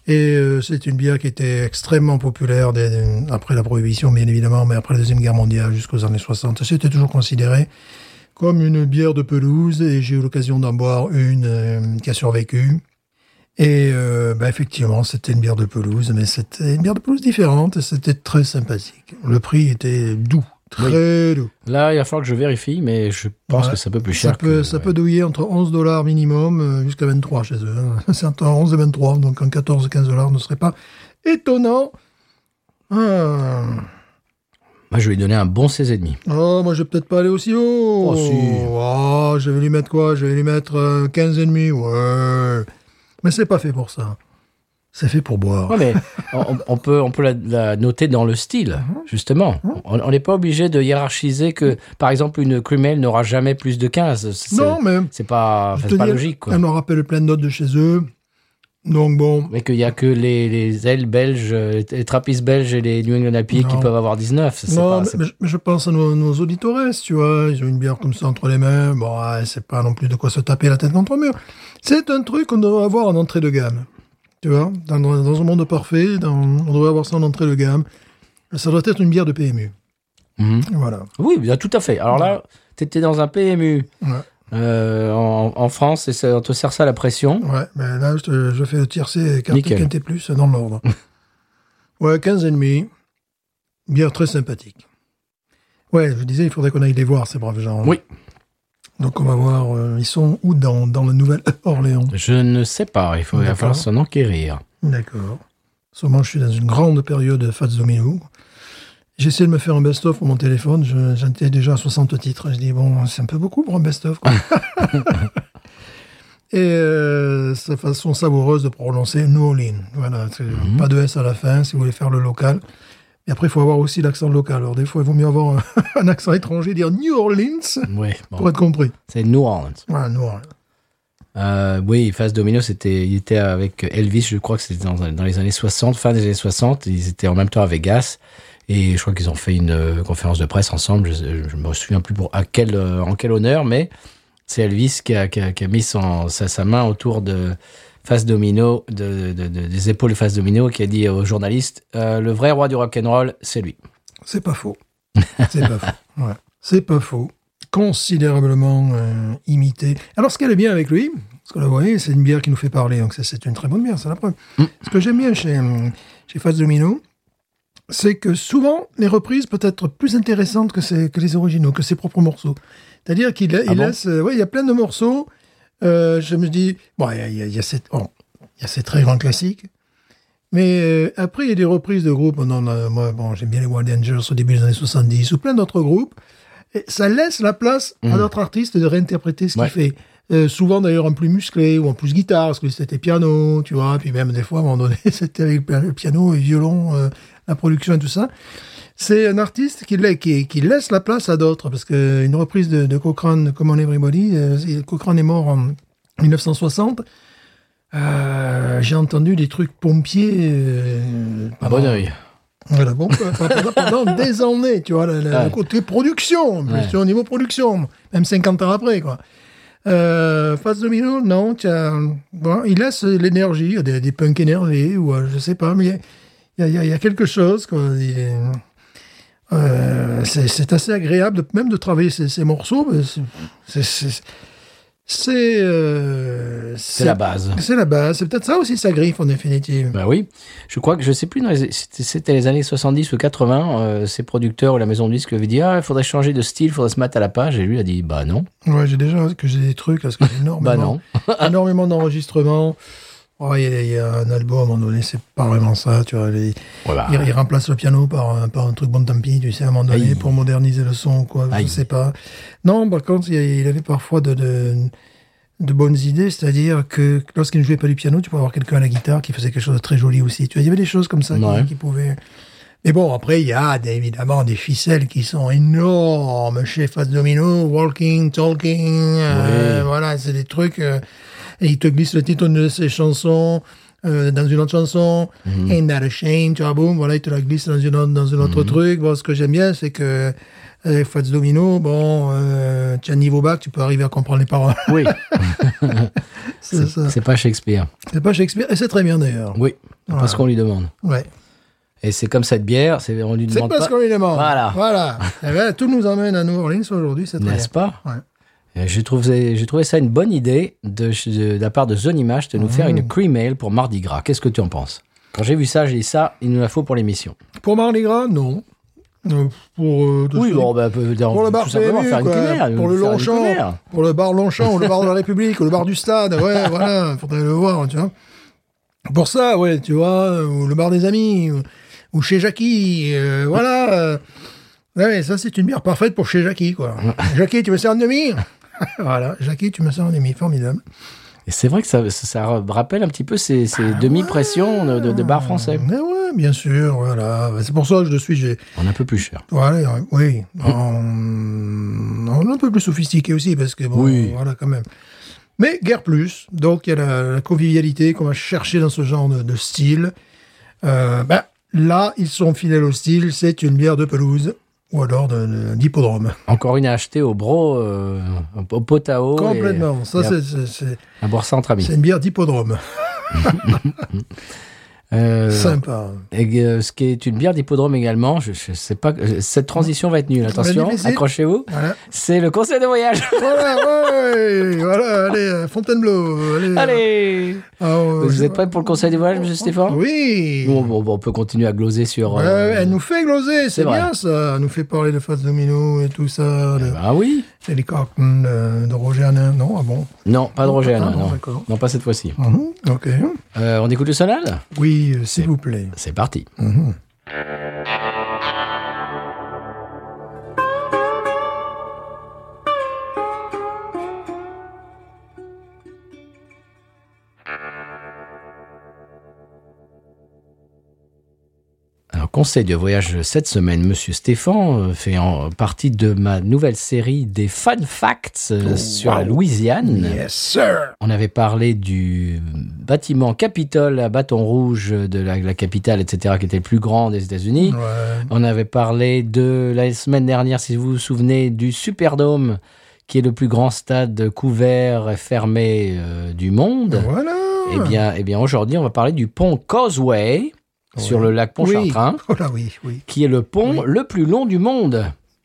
B: Et euh, c'est une bière qui était extrêmement populaire dès- dès- après la Prohibition, bien évidemment, mais après la Deuxième Guerre mondiale jusqu'aux années 60. C'était toujours considéré comme une bière de pelouse et j'ai eu l'occasion d'en boire une euh, qui a survécu. Et euh, bah, effectivement, c'était une bière de pelouse, mais c'était une bière de pelouse différente et c'était très sympathique. Le prix était doux, très doux.
A: Là, il va falloir que je vérifie, mais je pense
B: Ouais.
A: que ça peut plus cher.
B: Ça peut,
A: que-
B: ça peut douiller entre 11 dollars minimum euh, jusqu'à 23 chez eux. hein. C'est entre 11 et 23, donc en 14 15 dollars ne serait pas étonnant. Ah.
A: Moi, je vais lui donner un bon 16,5.
B: Oh, moi je vais peut-être pas aller aussi haut.
A: Oh, si.
B: Oh, je vais lui mettre quoi Je vais lui mettre euh, 15 et demi. Ouais. Mais c'est pas fait pour ça. c'est fait pour boire.
A: Ouais, mais on, on peut, on peut la, la noter dans le style,
B: Mhm.
A: justement. On on n'est pas obligé de hiérarchiser que, par exemple, une Crumel n'aura jamais plus de 15. C'est-
B: non, mais
A: C'est pas, enfin,
B: je
A: c'est
B: te
A: pas
B: dis,
A: logique, quoi.
B: elle me rappelle plein de notes de chez eux. Donc bon,
A: Mais qu'il n'y a que les, les ailes belges, euh, les trappistes belges et les New England IPA qui
B: Non.
A: peuvent avoir 19. C'est
B: non,
A: pas-
B: mais-
A: c'est-
B: mais, je- mais je pense à nos, nos auditores, tu vois, ils ont une bière comme ça entre les mains, bon, ouais, c'est pas non plus de quoi se taper la tête contre le mur. C'est un truc qu'on devrait avoir en entrée de gamme, tu vois, dans, dans- dans un monde parfait, dans- on devrait avoir ça en entrée de gamme. Ça doit être une bière de PMU,
A: Mhm.
B: voilà.
A: Oui, bien, tout à fait. Alors là, t'étais dans un PMU
B: Ouais,
A: euh, en, en France et ça, on te sert ça à la pression.
B: ouais, mais là, je, te- je fais le tiercé et carte
A: Nickel.
B: quinte et plus dans l'ordre. ouais, 15 et demi, bière très sympathique. Ouais, je disais, il faudrait qu'on aille les voir, ces braves gens. hein.
A: Oui.
B: Donc on va voir, euh, ils sont où dans, dans la Nouvelle-Orléans
A: Je ne sais pas, il faut il va
B: D'accord.
A: falloir s'en enquérir.
B: D'accord. Sûrement, je suis dans une grande période de Fats Domino. J'essaie de me faire un best-of pour mon téléphone. je- J'en étais déjà à 60 titres. Je dis, bon, c'est un peu beaucoup pour un best-of. quoi. Et euh, sa façon savoureuse de prononcer New Orleans. Voilà, c'est- pas de S à la fin si vous voulez faire le local. Et après, il faut avoir aussi l'accent local. Alors, des fois, il vaut mieux avoir un, un accent étranger, dire New Orleans
A: Oui,
B: pour être compris.
A: c'est New Orleans.
B: Voilà, New Orleans.
A: Euh, oui, Face Domino, c'était, il était avec Elvis, je crois que c'était dans, dans les années 60, fin des années 60. Ils étaient en même temps à Vegas. Et je crois qu'ils ont fait une euh, conférence de presse ensemble. Je, je me souviens plus pour à quel, euh, en quel honneur, mais c'est Elvis qui a, qui a- qui a mis son, sa, sa main autour de Face Domino, de, de- de- des épaules de Face Domino, qui a dit aux journalistes euh, Le vrai roi du rock'n'roll, c'est lui.
B: C'est pas faux. C'est pas faux. Ouais. C'est pas faux. Considérablement euh, imité. Alors, ce qu'elle est bien avec lui, parce que là, vous voyez, c'est une bière qui nous fait parler, donc ça, c'est une très bonne bière, c'est la preuve.
A: Mm.
B: Ce que j'aime bien chez, euh, chez Fats Domino, c'est que souvent, les reprises peuvent être plus intéressantes que, ses- que les originaux, que ses propres morceaux. C'est-à-dire qu'il la-
A: Ah
B: il
A: bon
B: laisse. euh, ouais, il y a plein de morceaux. euh, je me dis, bon, il y a, il y a- il y a cette- bon, il y a ces très grands classiques. Mais euh, après, il y a des reprises de groupes. On en a- moi, bon, j'aime bien les Wild Angels au début des années 70 ou plein d'autres groupes. Et ça laisse la place à d'autres artistes de réinterpréter ce
A: Ouais.
B: qu'il fait. Euh, souvent d'ailleurs en plus musclé ou en plus guitare, parce que c'était piano, tu vois. Puis même des fois, à un moment donné, c'était avec le piano et violon, euh, la production et tout ça. C'est un artiste qui, la- qui, qui laisse la place à d'autres, parce qu'une reprise de, de Cochrane, comme on Everybody, euh, c'est- Cochrane est mort en 1960. Euh, J'ai entendu des trucs pompiers. euh,
A: Un
B: pendant-
A: Ah bon oeil.
B: voilà, bon, euh, pendant, pendant des années, tu vois, le, le- le
A: Ouais.
B: côté production, mais
A: Ouais.
B: c'est au niveau production, même 50 ans après, quoi. Euh, face domino, non, tiens, bon, il laisse l'énergie, il y a des, des punks énervés, ou euh, je sais pas, mais il y a, il y a- il y a quelque chose, quoi. Il est- euh, c'est c'est assez agréable, de- même de travailler ces, ces morceaux, mais c'est- c'est- c'est. C'est euh,
A: C'est la base.
B: C'est la base, c'est peut-être ça aussi sa griffe en définitive.
A: Ben oui, je crois que je sais plus, dans les- c'était c'était les années 70 ou 80, euh, ces producteurs ou la maison de disques avaient dit Ah, il faudrait changer de style, il faudrait se mettre à la page. Et lui a dit Bah non,
B: Ouais, j'ai déjà que j'ai des trucs parce que j'ai
A: bah
B: énormément,
A: non.
B: énormément d'enregistrements. Ouais, Il y, a- il y a un album à un moment donné, c'est pas vraiment ça. Tu vois, les-
A: Voilà.
B: il, il remplace le piano par, un- par un truc bon tant pis, tu sais, à un moment donné,
A: Aïe.
B: pour moderniser le son, quoi.
A: Aïe.
B: Je sais pas. Non, par contre, il, y a- il avait parfois de, de, de bonnes idées, c'est-à-dire que lorsqu'il ne jouait pas du piano, tu pouvais avoir quelqu'un à la guitare qui faisait quelque chose de très joli aussi. Tu vois, il y avait des choses comme ça qui-
A: Ouais.
B: qui, pouvaient. Mais bon, après, il y a des- évidemment des ficelles qui sont énormes chez Fast Domino, Walking, Talking, euh, voilà, c'est des trucs. euh, et il te glisse le titre de ses chansons euh, dans une autre chanson.
A: Mhm.
B: Ain't that a shame, tu vois, boum, voilà, il te la glisse dans, une autre, dans un autre truc. Bon, ce que j'aime bien, c'est que avec Fats Domino, bon, euh, tu as un niveau bac, tu peux arriver à comprendre les paroles.
A: Oui,
B: c'est ça.
A: c'est pas Shakespeare.
B: C'est pas Shakespeare, et c'est très bien d'ailleurs.
A: Oui, c'est pas ce qu'on lui demande.
B: Ouais.
A: Et c'est comme cette bière, c'est- on lui
B: C'est
A: demande
B: pas ce
A: Mhm. pas,
B: qu'on lui demande.
A: Voilà.
B: Voilà. Eh ben, tout nous emmène à New Orleans aujourd'hui, c'est très bien.
A: n'est-ce pas
B: Ouais.
A: Et J'ai trouvé, j'ai trouvé ça une bonne idée de, de- de la part de Zone Image de nous faire
B: Mmh.
A: une cream ale pour Mardi Gras. Qu'est-ce que tu en penses Quand j'ai vu ça, j'ai dit ça, il nous la faut pour l'émission.
B: Pour Mardi Gras, non. Euh, Pour, euh, tout
A: Oui,
B: ce-
A: bon, bah, peut-
B: pour le bar
A: tout simplement
B: PMU,
A: faire une
B: quoi.
A: cream ale,
B: pour le
A: faire une
B: Longchamp,
A: cream ale.
B: pour le bar Longchamp, ou le bar de la République, ou le bar du Stade, ouais, voilà, faudrait le voir, tu vois. Pour ça, ouais, tu vois, euh, ou le bar des amis, ou, ou chez Jackie, euh, voilà. euh, ouais, ça c'est une bière parfaite pour chez Jackie, quoi. Jackie, tu me sers un demi Voilà, Jackie, tu me sers un demi, formidable.
A: Et c'est vrai que ça, ça, ça rappelle un petit peu ces, ces demi-pressions de, de, de bar français.
B: Mais Ah ouais, bien sûr, voilà. Bah, C'est pour ça que je suis. j'ai-
A: On est un peu plus cher.
B: Voilà, euh, oui. On, on est un peu plus sophistiqué aussi, parce que bon,
A: Mm. Oui.
B: voilà, quand même. Mais guère plus. Donc, il y a la, la convivialité qu'on va chercher dans ce genre de, de style. Euh, ben, là, ils sont fidèles au style. C'est une bière de pelouse ou alors de- de- d'hippodrome.
A: Encore une à acheter au bro, euh, au pot à eau. et-
B: Complètement.
A: et
B: Ça,
A: à-
B: c'est- c'est- c'est
A: À boire ça entre amis.
B: c'est une bière d'hippodrome.
A: Euh,
B: Sympa.
A: et, euh, ce qui est une bière d'hippodrome également. Je, je sais pas. que- Cette transition va être nulle. Attention,
B: difficile.
A: accrochez-vous.
B: Voilà.
A: C'est le conseil de voyage.
B: voilà, ouais, voilà, allez, euh, Fontainebleau. Allez.
A: Allez
B: Ah, ouais, je-
A: Vous êtes prêts pour le conseil de voyage, monsieur Stéphane
B: Oui.
A: Bon, bon, bon, on peut continuer à gloser sur.
B: Ouais,
A: euh,
B: elle nous fait gloser, c'est
A: c'est vrai.
B: bien ça. Elle nous fait parler de Fats Domino et tout ça, de
A: Ah oui
B: Kelly Clarkson, de, de Roger Hanin. Non, ah bon
A: Non, pas de Roger
B: Ah,
A: Hanin,
B: bon,
A: non.
B: d'accord.
A: Non, pas cette fois-ci.
B: Mhm, Ok.
A: Euh, on écoute le sonal
B: Oui, euh, s'il vous plaît.
A: C'est parti. Alors, conseil de voyage cette semaine, Monsieur Stéphane euh, fait en partie de ma nouvelle série des fun facts euh, sur la Louisiane.
B: Yes, sir.
A: On avait parlé du bâtiment Capitole à Bâton Rouge de la, la capitale, etc., qui était le plus grand des États-Unis.
B: Ouais.
A: On avait parlé de la semaine dernière, si vous vous souvenez, du Superdome, qui est le plus grand stade couvert et fermé euh, du monde.
B: Voilà.
A: Eh bien, eh bien aujourd'hui, on va parler du pont Causeway sur le lac Pontchartrain,
B: Oui. Oh là, oui, oui.
A: qui est le pont le plus long du monde.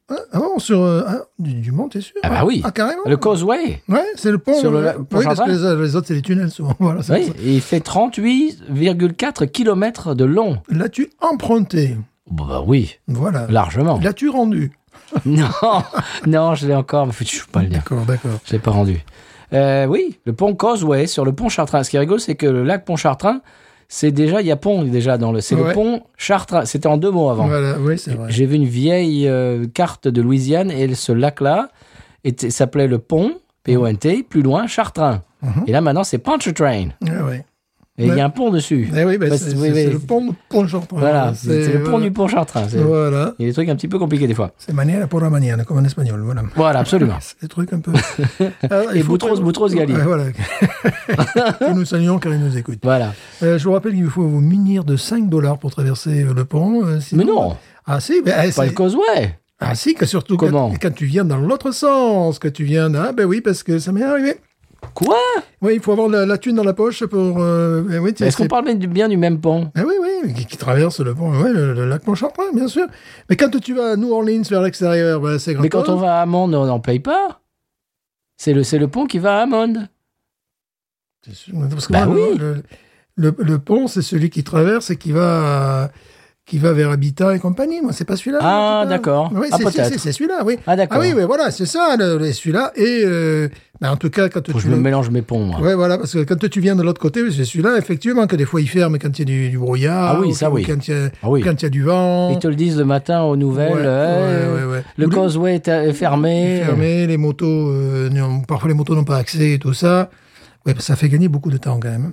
B: Ah, ah bon, sur. euh, ah, du, du monde, t'es sûr
A: Ah bah oui.
B: Ah, carrément.
A: Le Causeway,
B: Ouais, c'est le pont.
A: Sur le
B: euh,
A: lac-
B: oui,
A: pont
B: parce que les, les autres, c'est les tunnels souvent. Voilà, c'est
A: oui,
B: pour ça.
A: il fait 38,4 km de long.
B: L'as-tu emprunté
A: Bah, bah oui,
B: Voilà.
A: largement.
B: L'as-tu rendu
A: Non, non, je l'ai encore, mais faut- je ne peux pas le dire.
B: D'accord, d'accord.
A: Je l'ai pas rendu. Euh, oui, le pont Causeway sur le pont Chartrain. Ce qui est rigolo, c'est que le lac Pont Chartrain, c'est déjà, il y a pont déjà dans le. C'est
B: Ouais.
A: le pont Chartrain. C'était en deux mots avant.
B: Voilà, oui, c'est vrai.
A: J'ai vu une vieille euh, carte de Louisiane et ce lac-là était- s'appelait le pont, P-O-N-T, plus loin, Chartrain. Et là, maintenant, c'est Pontchartrain.
B: Ah, ouais.
A: Et il y
B: Mhm. Ouais.
A: a un pont dessus.
B: Eh oui, bah,
A: Bah,
B: c'est
A: c'est-
B: c'est-
A: oui,
B: c'est
A: oui.
B: le pont de Pontchartrain.
A: Voilà, c'est c'est le pont du pont Chartrain. C'est-
B: Voilà,
A: Il y a des trucs un petit peu compliqués des fois.
B: c'est manière pour la manière, comme en espagnol, voilà.
A: Voilà, absolument.
B: C'est des trucs un peu... Alors, il
A: Et
B: faut
A: Boutros-
B: pas-
A: Boutros Ghali. Bah.
B: Ouais, voilà. Que nous saluons car il nous écoute.
A: voilà.
B: Euh, je vous rappelle qu'il faut vous munir de 5 dollars pour traverser euh, le pont. euh, sinon-
A: Mais non,
B: Ah si, ben, eh,
A: pas le
B: c'est-
A: Causeway.
B: ah, si que surtout quand-
A: Comment
B: quand, tu viens dans l'autre sens, que tu viens... Ah ben oui, parce que ça m'est arrivé.
A: Quoi
B: Oui, il faut avoir la, la thune dans la poche pour... euh, eh oui, tu-
A: Est-ce qu'on
B: c'est-
A: parle bien du- bien du même pont
B: Ah oui, oui, qui, qui traverse le pont, ouais, le, le lac Pontchartrain, bien sûr. Mais quand tu vas à New Orleans vers l'extérieur, bah, c'est grand.
A: Mais quand on va à Amande, on n'en paye pas. C'est le, c'est le pont qui va à Amande.
B: C'est sûr, Parce que
A: Bah
B: moi,
A: oui.
B: le, le- le pont, c'est celui qui traverse et qui va, euh, qui va vers Habitat et compagnie. Moi, c'est pas celui-là.
A: Ah,
B: en tout cas.
A: d'accord.
B: Oui,
A: Ah,
B: c'est- c'est
A: peut-être.
B: c'est- c'est celui-là, oui.
A: Ah, d'accord.
B: Ah oui, oui, voilà, c'est ça, le- le- celui-là. Et euh, bah, en tout cas, quand
A: Faut que
B: tu.
A: je me mélange mes ponts, moi.
B: Ouais, voilà, parce que quand tu viens de l'autre côté, c'est celui-là, effectivement, que des fois il ferme quand il y a du, du brouillard.
A: Ah oui,
B: ou-
A: ça,
B: ou
A: oui.
B: Quand il y a,
A: Ah oui.
B: quand il y a du vent.
A: Ils te le disent le matin aux nouvelles.
B: Ouais,
A: euh,
B: ouais, ouais, ouais.
A: Le
B: Ou les-
A: causeway est euh, est fermé.
B: fermé, les motos, euh, n'ont- parfois les motos n'ont pas accès et tout ça. Ouais, ça fait gagner beaucoup de temps quand même.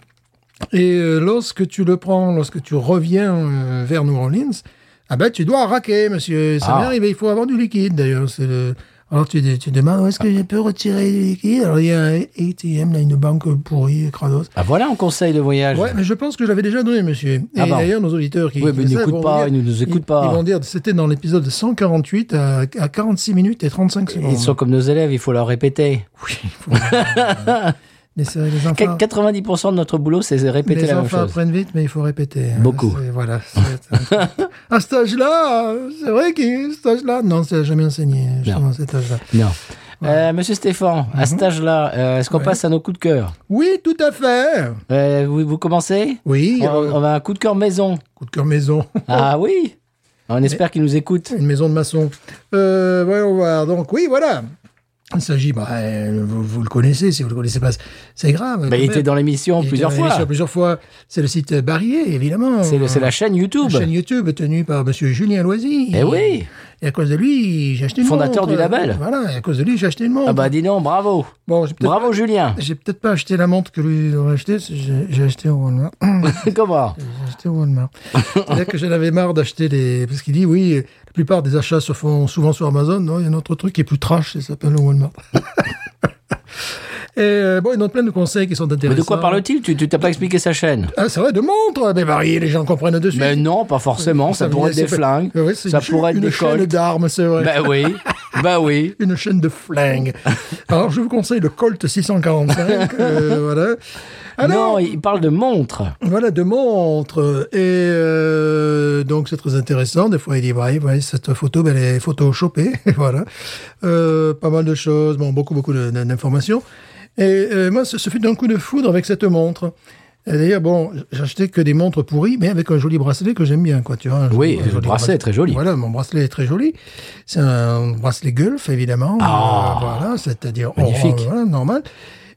B: Et euh, lorsque tu le prends, lorsque tu reviens euh, vers New Orleans, ah ben tu dois raquer, monsieur. Ça
A: Ah.
B: m'est arrivé, il faut avoir du liquide d'ailleurs. c'est le- Alors tu, tu demandes, est-ce que je peux retirer du liquide Alors il y a un ATM, là, une banque pourrie, crados.
A: Ah, voilà un conseil de voyage.
B: Ouais, mais je pense que j'avais déjà donné, monsieur. Et
A: Ah bon.
B: d'ailleurs, nos auditeurs qui.
A: Oui,
B: qui
A: mais
B: le
A: ils
B: savent
A: n'écoutent
B: vont
A: pas,
B: dire-
A: ils nous écoutent pas.
B: Ils vont dire, c'était dans l'épisode 148 à, à 46 minutes et 35 secondes.
A: Ils sont comme nos élèves, il faut leur répéter.
B: Oui, il faut- Euh, mais c'est vrai, les
A: Qu-
B: enfants.
A: 90% de notre boulot, c'est répéter
B: les
A: la même
B: enfants
A: chose.
B: apprennent vite, mais il faut répéter. hein.
A: Beaucoup.
B: C'est- Voilà. c'est- à cet âge-là, euh, c'est vrai qu'à cet âge-là, non, ça n'a jamais enseigné, justement, cet âge-là.
A: Non. Euh, Monsieur Stéphane, à
B: Mhm.
A: cet âge-là, euh, est-ce qu'on passe à nos coups de cœur
B: Oui, tout à fait.
A: Euh, vous, vous commencez
B: Oui,
A: on,
B: euh,
A: on a un coup de cœur maison.
B: coup de cœur maison. Oh.
A: Ah oui On espère qu'ils nous écoutent.
B: Une maison de maçon. Euh, voyons voir. Donc, oui, voilà. Il s'agit, bah, euh, vous, vous le connaissez, si vous ne le connaissez pas, c'est grave.
A: Bah, il était dans l'émission plusieurs fois.
B: plusieurs fois. C'est le site Barrier, évidemment.
A: C'est le- c'est la chaîne YouTube.
B: La chaîne YouTube tenue par Monsieur Julien Loisy.
A: Ah, bah. Eh oui.
B: Et à cause de lui, j'ai acheté une
A: Fondateur
B: montre.
A: du label.
B: Voilà, et à cause de lui, j'ai acheté une montre.
A: Ah bah dis donc, bravo.
B: bon, j'ai peut-être
A: Bravo Julien.
B: j'ai peut-être pas acheté la montre que lui aurait acheté, c'est- j'ai j'ai acheté au Walmart.
A: Comment
B: J'ai acheté au Walmart. C'est-à-dire que j'en avais marre d'acheter des... Parce qu'il dit, oui, la plupart des achats se font souvent sur Amazon. Non, il y a un autre truc qui est plus trash, ça s'appelle le Walmart. Et euh, bon, ils donnent plein de conseils qui sont intéressants.
A: Mais de quoi parle-t-il Tu tu t'as pas expliqué sa chaîne
B: Ah, c'est vrai, de montres Mais varié, les gens comprennent de suite.
A: Mais non, pas forcément. Ça
B: veut
A: pourrait être
B: dire,
A: des
B: c'est pas-
A: flingues.
B: Oui, c'est
A: Ça
B: une-
A: pourrait être
B: une
A: des
B: chaîne
A: colts.
B: d'armes, c'est vrai.
A: Bah oui. Bah oui.
B: une chaîne de flingues. Alors, je vous conseille le Colt 645. euh, voilà. Alors,
A: Non, il parle de montres.
B: voilà, de montres. Et euh, donc, c'est très intéressant. Des fois, il dit, ouais, ouais, cette photo, ben, elle est photoshopée. voilà. Euh, pas mal de choses. Bon, beaucoup, beaucoup de- de- d'informations. Et euh, moi, ce, ce fut d'un coup de foudre avec cette montre. Et D'ailleurs, bon, j'achetais que des montres pourries, mais avec un joli bracelet que j'aime bien, quoi, tu vois. un
A: Oui,
B: joli- un
A: le
B: joli
A: bracelet est très joli.
B: Voilà, mon bracelet est très joli. C'est un bracelet Gulf, évidemment.
A: Ah.
B: Euh, voilà, c'est-à-dire
A: Magnifique.
B: Oh, voilà, normal.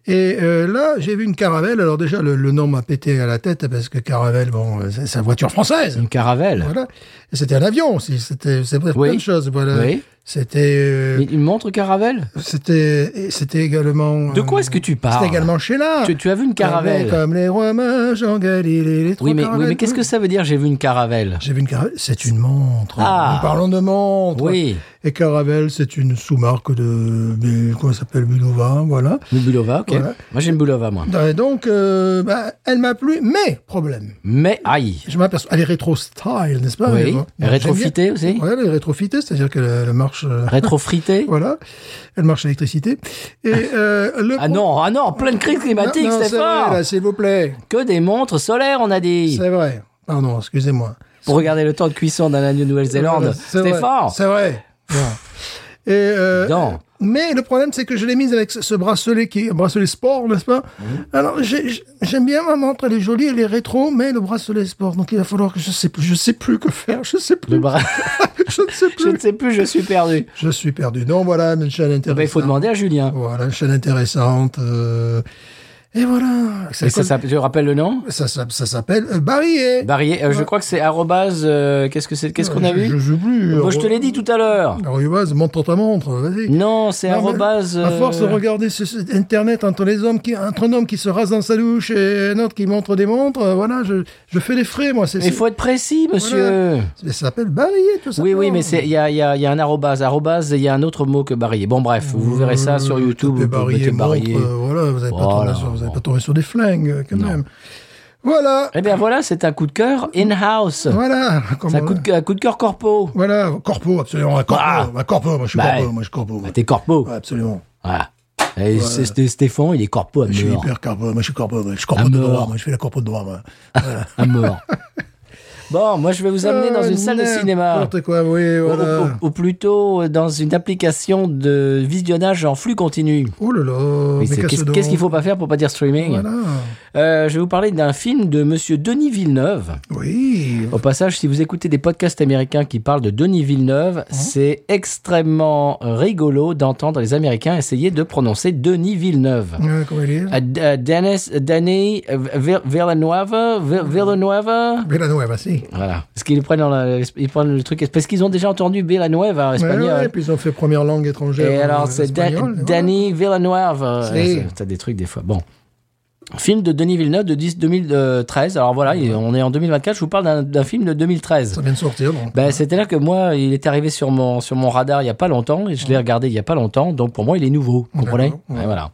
B: Et euh, là, j'ai vu une caravelle. Alors déjà, le, le nom m'a pété à la tête parce que caravelle, bon, euh, c'est c'est la voiture française.
A: Une caravelle.
B: Voilà. Et C'était un avion aussi. C'était c'est vrai,
A: Oui.
B: plein de choses. Voilà.
A: Oui.
B: C'était euh,
A: Une une montre caravelle
B: c'était et c'était également.
A: De quoi
B: euh,
A: est-ce que tu parles
B: C'était également chez là.
A: tu, tu as vu une caravelle
B: Comme les rois mages en Galilée. Les trois
A: Oui, mais, oui,
B: caravelles.
A: mais qu'est-ce que ça veut dire j'ai vu une caravelle
B: J'ai vu une caravelle. C'est une montre.
A: Ah.
B: Nous parlons de montre.
A: Oui,
B: Et Caravelle, c'est une sous-marque de, de- comment ça s'appelle, Bulova, voilà.
A: une Bulova, ok.
B: Voilà.
A: Moi j'ai une Bulova, moi.
B: Et donc, euh, bah, elle m'a plu, mais problème.
A: Mais aïe
B: Je m'aperçois, elle est rétro style, n'est-ce pas
A: Oui,
B: Mais bon,
A: elle est rétrofitée
B: j'aime bien.
A: aussi.
B: Ouais, elle est rétrofitée, c'est-à-dire qu'elle elle marche, euh,
A: Rétrofritée
B: voilà, elle marche à l'électricité. Et euh, le
A: Ah non, ah non, pleine crise climatique,
B: Non, non, c'est vrai,
A: Stéphane
B: là, s'il vous plaît,
A: Que des montres solaires, on a dit
B: c'est vrai. Pardon, excusez-moi.
A: Pour regarder le temps de cuisson d'un agneau de Nouvelle-Zélande,
B: Voilà, c'est
A: Stéphane
B: vrai, C'est vrai. Bon. Et euh,
A: Non.
B: Mais le problème, c'est que je l'ai mise avec ce- ce bracelet qui est un bracelet sport, n'est-ce pas
A: Mhm.
B: Alors, j'ai- j'ai- j'aime bien ma montre, elle est jolie, elle est rétro, mais le bracelet sport. Donc, il va falloir que je sais plus, je sais plus que faire, je sais plus.
A: Le bras-
B: je ne sais
A: Je
B: plus.
A: ne sais plus, je suis perdu.
B: Je suis perdu. Donc, voilà, une chaîne intéressante.
A: Ben, il faut demander à Julien.
B: Voilà, une chaîne intéressante. euh, Et voilà.
A: Et ça, s'appelle- je rappelle le nom
B: ça, ça- ça s'appelle euh, Barrier.
A: Barrier, euh, je crois que c'est arrobase, euh, qu'est-ce que c'est, qu'est-ce qu'on a
B: Je- Je
A: vu
B: sais plus.
A: Bon, bah, Je te l'ai dit tout à l'heure.
B: Arrobase, montre ta montre, vas-y.
A: Non, c'est
B: Non, mais
A: arrobase.
B: À force de
A: euh,
B: regarder ce, ce- Internet entre les hommes qui, entre un homme qui se rase dans sa douche et un autre qui montre des montres, euh, voilà, je, je fais des frais, moi. C'est,
A: Mais il faut être précis, monsieur.
B: c'est- Ça s'appelle bariller, tout ça.
A: Oui, oui, mais c'est- il y a, il y a- il y a un arrobase. Arrobase, il y a un autre mot que barillé. Bon, bref, vous verrez ça sur
B: Euh,
A: YouTube. Vous pouvez
B: bariller,
A: mettez barillé.
B: montre, euh, voilà, vous n'allez pas,
A: Voilà,
B: tomber sur- vous allez
A: bon.
B: pas tomber sur des flingues, euh, quand même. Voilà,
A: Eh bien, voilà, c'est un coup de cœur in-house.
B: voilà.
A: C'est un
B: comment-
A: coup de, cœur- un coup de cœur corpo.
B: Voilà, corpo, absolument. Un corpo,
A: Bah.
B: un corpo, moi je suis
A: Bah,
B: corpo,
A: ouais.
B: moi je suis corpo. ouais.
A: Bah, T'es corpo.
B: Ouais, absolument.
A: Voilà. Et c'est- c'est- Stéphane, il est corpo à
B: Je suis
A: mort.
B: hyper corpo, moi je suis corpo, ouais. je suis corpo
A: Un
B: de
A: mort.
B: droit, moi je fais la corpo de droit, moi.
A: À mort. Bon, moi, je vais vous amener dans une salle de cinéma.
B: Ah, N'importe quoi, oui,
A: Ou,
B: voilà.
A: ou- ou plutôt euh, dans une application de visionnage en flux continu.
B: Oh là là,
A: Oui,
B: mais
A: c'est- Qu'est-ce
B: donc
A: qu'est-ce qu'il faut pas faire pour pas dire streaming
B: Voilà.
A: Euh, Je vais vous parler d'un film de Monsieur Denis Villeneuve.
B: Oui. euh,
A: Au passage, si vous écoutez des podcasts américains qui parlent de Denis Villeneuve,
B: Hein
A: c'est extrêmement rigolo d'entendre les Américains essayer de prononcer Denis Villeneuve.
B: Ouais, comment il est
A: Euh, D- euh, Dennis, euh, Danny euh, Vill- Villeneuve,
B: Mm.
A: Vill- Villeneuve.
B: Villanueva, si.
A: Voilà. Parce qu'ils prennent, dans la- ils prennent le truc. Parce qu'ils ont déjà entendu Villeneuve en
B: Ouais,
A: Ah, espagnol.
B: ouais, puis ils ont fait première langue étrangère.
A: Et
B: euh,
A: alors, c'est Da-
B: espagnole, voilà.
A: Danny Villeneuve. euh,
B: Si.
A: c'est- T'as des trucs des fois. Bon. Film de Denis Villeneuve de 10 2013. euh, Alors voilà, il- on est en 2024. Je vous parle d'un- d'un film de 2013.
B: Ça vient de sortir, donc.
A: Ben, C'est-à-dire que moi, il est arrivé sur mon, sur mon radar il n'y a pas longtemps, et je l'ai regardé il n'y a pas longtemps, donc pour moi, il est nouveau, vous comprenez
B: D'accord, ouais.
A: Ouais, voilà.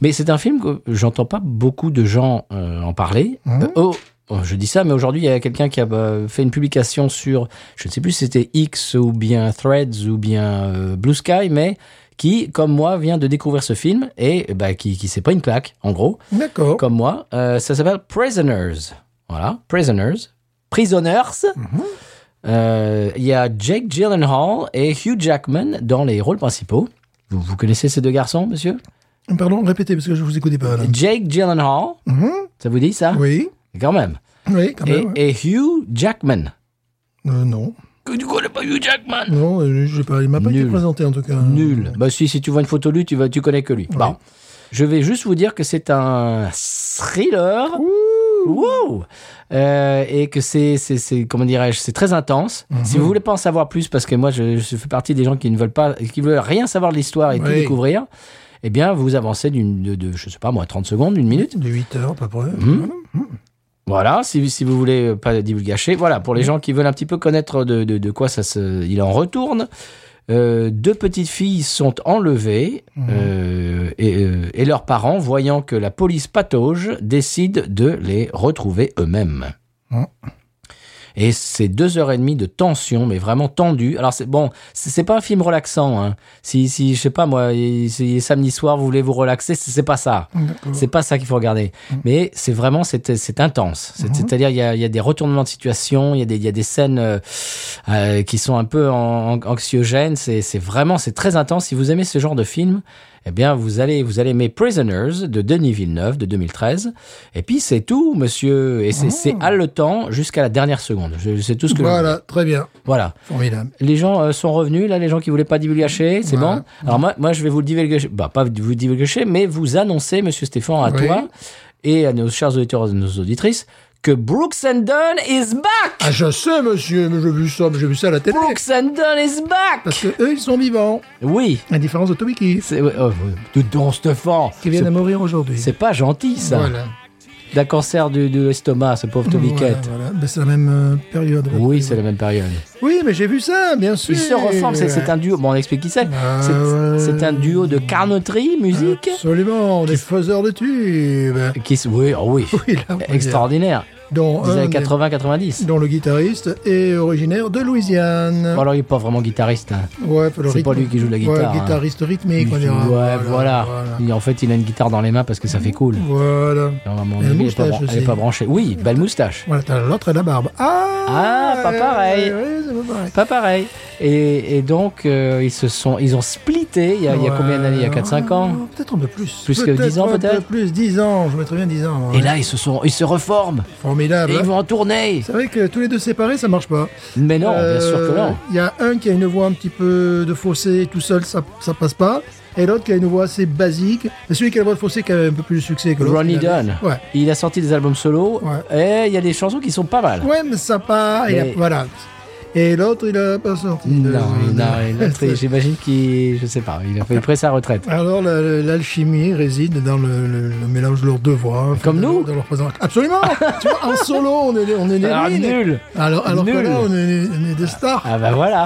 A: Mais c'est un film que j'entends pas beaucoup de gens euh, en parler.
B: Mmh.
A: Euh, oh, oh, je dis ça, mais aujourd'hui, il y a quelqu'un qui a euh, fait une publication sur, je ne sais plus si c'était X ou bien Threads ou bien euh, Blue Sky, mais qui, comme moi, vient de découvrir ce film et eh ben, qui, qui s'est pris une claque, en gros,
B: D'accord.
A: comme moi. Euh, ça s'appelle Prisoners. Voilà, Prisoners. Prisoners. Euh, Il y a Jake Gyllenhaal et Hugh Jackman dans les rôles principaux. Vous, vous connaissez ces deux garçons, monsieur
B: Pardon, répétez, parce que je vous écoutais pas, là.
A: Jake Gyllenhaal,
B: Mhm.
A: ça vous dit ça
B: Oui.
A: Quand même.
B: Oui, quand
A: Et,
B: même. ouais.
A: et Hugh Jackman.
B: Euh, non.
A: Que tu connais pas Hugh Jackman
B: Non, euh, je sais pas, il m'a pas été
A: Nul.
B: présenté en tout cas.
A: Nul. Bah si, si tu vois une photo de lui, tu, vas, tu connais que lui. Bon. Je vais juste vous dire que c'est un thriller. Wow. Euh, et que c'est, c'est, c'est- comment dirais-je, c'est très intense. Si vous voulez pas en savoir plus, parce que moi, je, je fais partie des gens qui ne veulent pas, qui veulent rien savoir de l'histoire et tout
B: Oui.
A: découvrir, eh bien, vous avancez d'une, de, de, je sais pas moi, 30 secondes, une minute.
B: De 8 heures à peu près.
A: Hmm. Voilà, si, si vous voulez euh, pas divulgacher, voilà, pour les gens qui veulent un petit peu connaître de, de, de quoi ça se, il en retourne, euh, deux petites filles sont enlevées euh, et, euh, et leurs parents, voyant que la police patauge, décident de les retrouver eux-mêmes.
B: Mhm.
A: Et c'est deux heures et demie de tension, mais vraiment tendue. Alors c'est bon, c'est c'est pas un film relaxant. Hein. Si, si, je sais pas moi, si samedi soir vous voulez vous relaxer, c'est c'est pas ça.
B: D'accord.
A: C'est pas ça qu'il faut regarder. Mais c'est vraiment, c'est c'est intense. C'est- C'est-à-dire, il y a, il y a des retournements de situation, il y a des, il y a des scènes euh, euh, qui sont un peu an- an- anxiogènes. C'est c'est vraiment, c'est très intense. Si vous aimez ce genre de film, eh bien, vous allez, vous allez aimer Prisoners de Denis Villeneuve de 2013. Et puis, c'est tout, monsieur. Et c'est c'est haletant jusqu'à la dernière seconde. Je- C'est tout ce que je-
B: Voilà, très bien.
A: Voilà.
B: Formidable.
A: Les gens euh, sont revenus, là, les gens qui voulaient pas divulgacher, c'est
B: Ouais.
A: bon Alors moi, moi, je vais vous le divulgacher, bah, pas vous divulgacher, mais vous annoncer, monsieur Stéphane, à
B: Oui.
A: toi et à nos chers auditeurs et nos auditrices, que Brooks and Dunn is back
B: Ah, je sais, monsieur, mais j'ai vu ça, mais j'ai vu ça à la télé.
A: Brooks and Dunn is back
B: Parce que eux, ils sont vivants.
A: Oui
B: À la différence de Toby Keith,
A: c'est, ouais, oh, ouais. Dis donc, Stéphane
B: qui vient de
A: c'est,
B: mourir aujourd'hui.
A: c'est pas gentil, ça
B: Voilà.
A: D'un cancer du- de, l'estomac, ce pauvre Toby
B: Voilà,
A: Keith.
B: voilà. Ben, c'est la même euh, période.
A: Oui, c'est la même période.
B: Oui, mais j'ai vu ça, bien sûr.
A: Ils se reforment, c'est, c'est un duo, bon, on explique qui c'est.
B: Ah,
A: C'est,
B: ouais.
A: c'est un duo de carnoterie, musique.
B: Absolument, des faiseurs de tubes.
A: Qui, s- oui, oh oui.
B: Oui, là, on peut
A: Extraordinaire.
B: dire. Dont,
A: Des
B: un
A: années
B: des-
A: 80-90.
B: dont le guitariste est originaire de Louisiane.
A: Bon, alors, il n'est pas vraiment guitariste. hein.
B: Ouais, pour le
A: C'est pas
B: rythme-
A: lui qui joue de la
B: ouais,
A: guitare, hein.
B: guitariste rythmique,
A: Il-
B: on
A: ouais,
B: dira.
A: voilà.
B: Voilà.
A: Il- en fait, il a une guitare dans les mains parce que ça fait cool.
B: Voilà,
A: Alors, à mon
B: Et
A: avis,
B: la
A: elle est pas,
B: moustache
A: bran- elle est
B: aussi.
A: pas branchée. Oui, belle moustache.
B: Voilà, t'as l'autre et la barbe. Ah,
A: Ah, pas pareil.
B: Oui, c'est pas pareil.
A: Pas pareil. Et, et donc, euh, ils se sont, ils ont splitté il y a, il y a combien d'années Il y a 4-5 ans
B: Ouais, Peut-être un peu plus.
A: Plus que 10 ans,
B: un peu
A: peut-être
B: plus, 10 ans, je mettrais bien 10 ans.
A: Et
B: ouais.
A: là, ils se sont, ils se reforment.
B: Formidable.
A: Et ils vont en tournée.
B: C'est vrai que tous les deux séparés, ça marche pas.
A: Mais non, bien sûr que
B: Euh,
A: non.
B: Il y a un qui a une voix un petit peu de fossé tout seul, ça, ça passe pas. Et l'autre qui a une voix assez basique. Mais celui qui a la voix de fossé qui a un peu plus de succès que l'autre.
A: Ronnie
B: finalement.
A: Dunn.
B: Ouais.
A: Il a sorti des albums solo. Et il y a des chansons qui sont pas mal.
B: Ouais, mais ça part. il a-
A: Mais-
B: voilà. Et l'autre, il a pas sorti. de-
A: Non, non,
B: de-
A: l'autre, j'imagine qu'il, je sais pas, il a fait près sa retraite.
B: Alors, la- la- l'alchimie réside dans le, le- le mélange de leurs deux voix. enfin,
A: Comme
B: de
A: nous.
B: leur- de leur présence. Absolument Tu vois, en solo, on est, on est des
A: Ah,
B: ruines.
A: nul
B: Alors, alors que
A: Nul.
B: là, on est, on est des stars.
A: Ah bah voilà.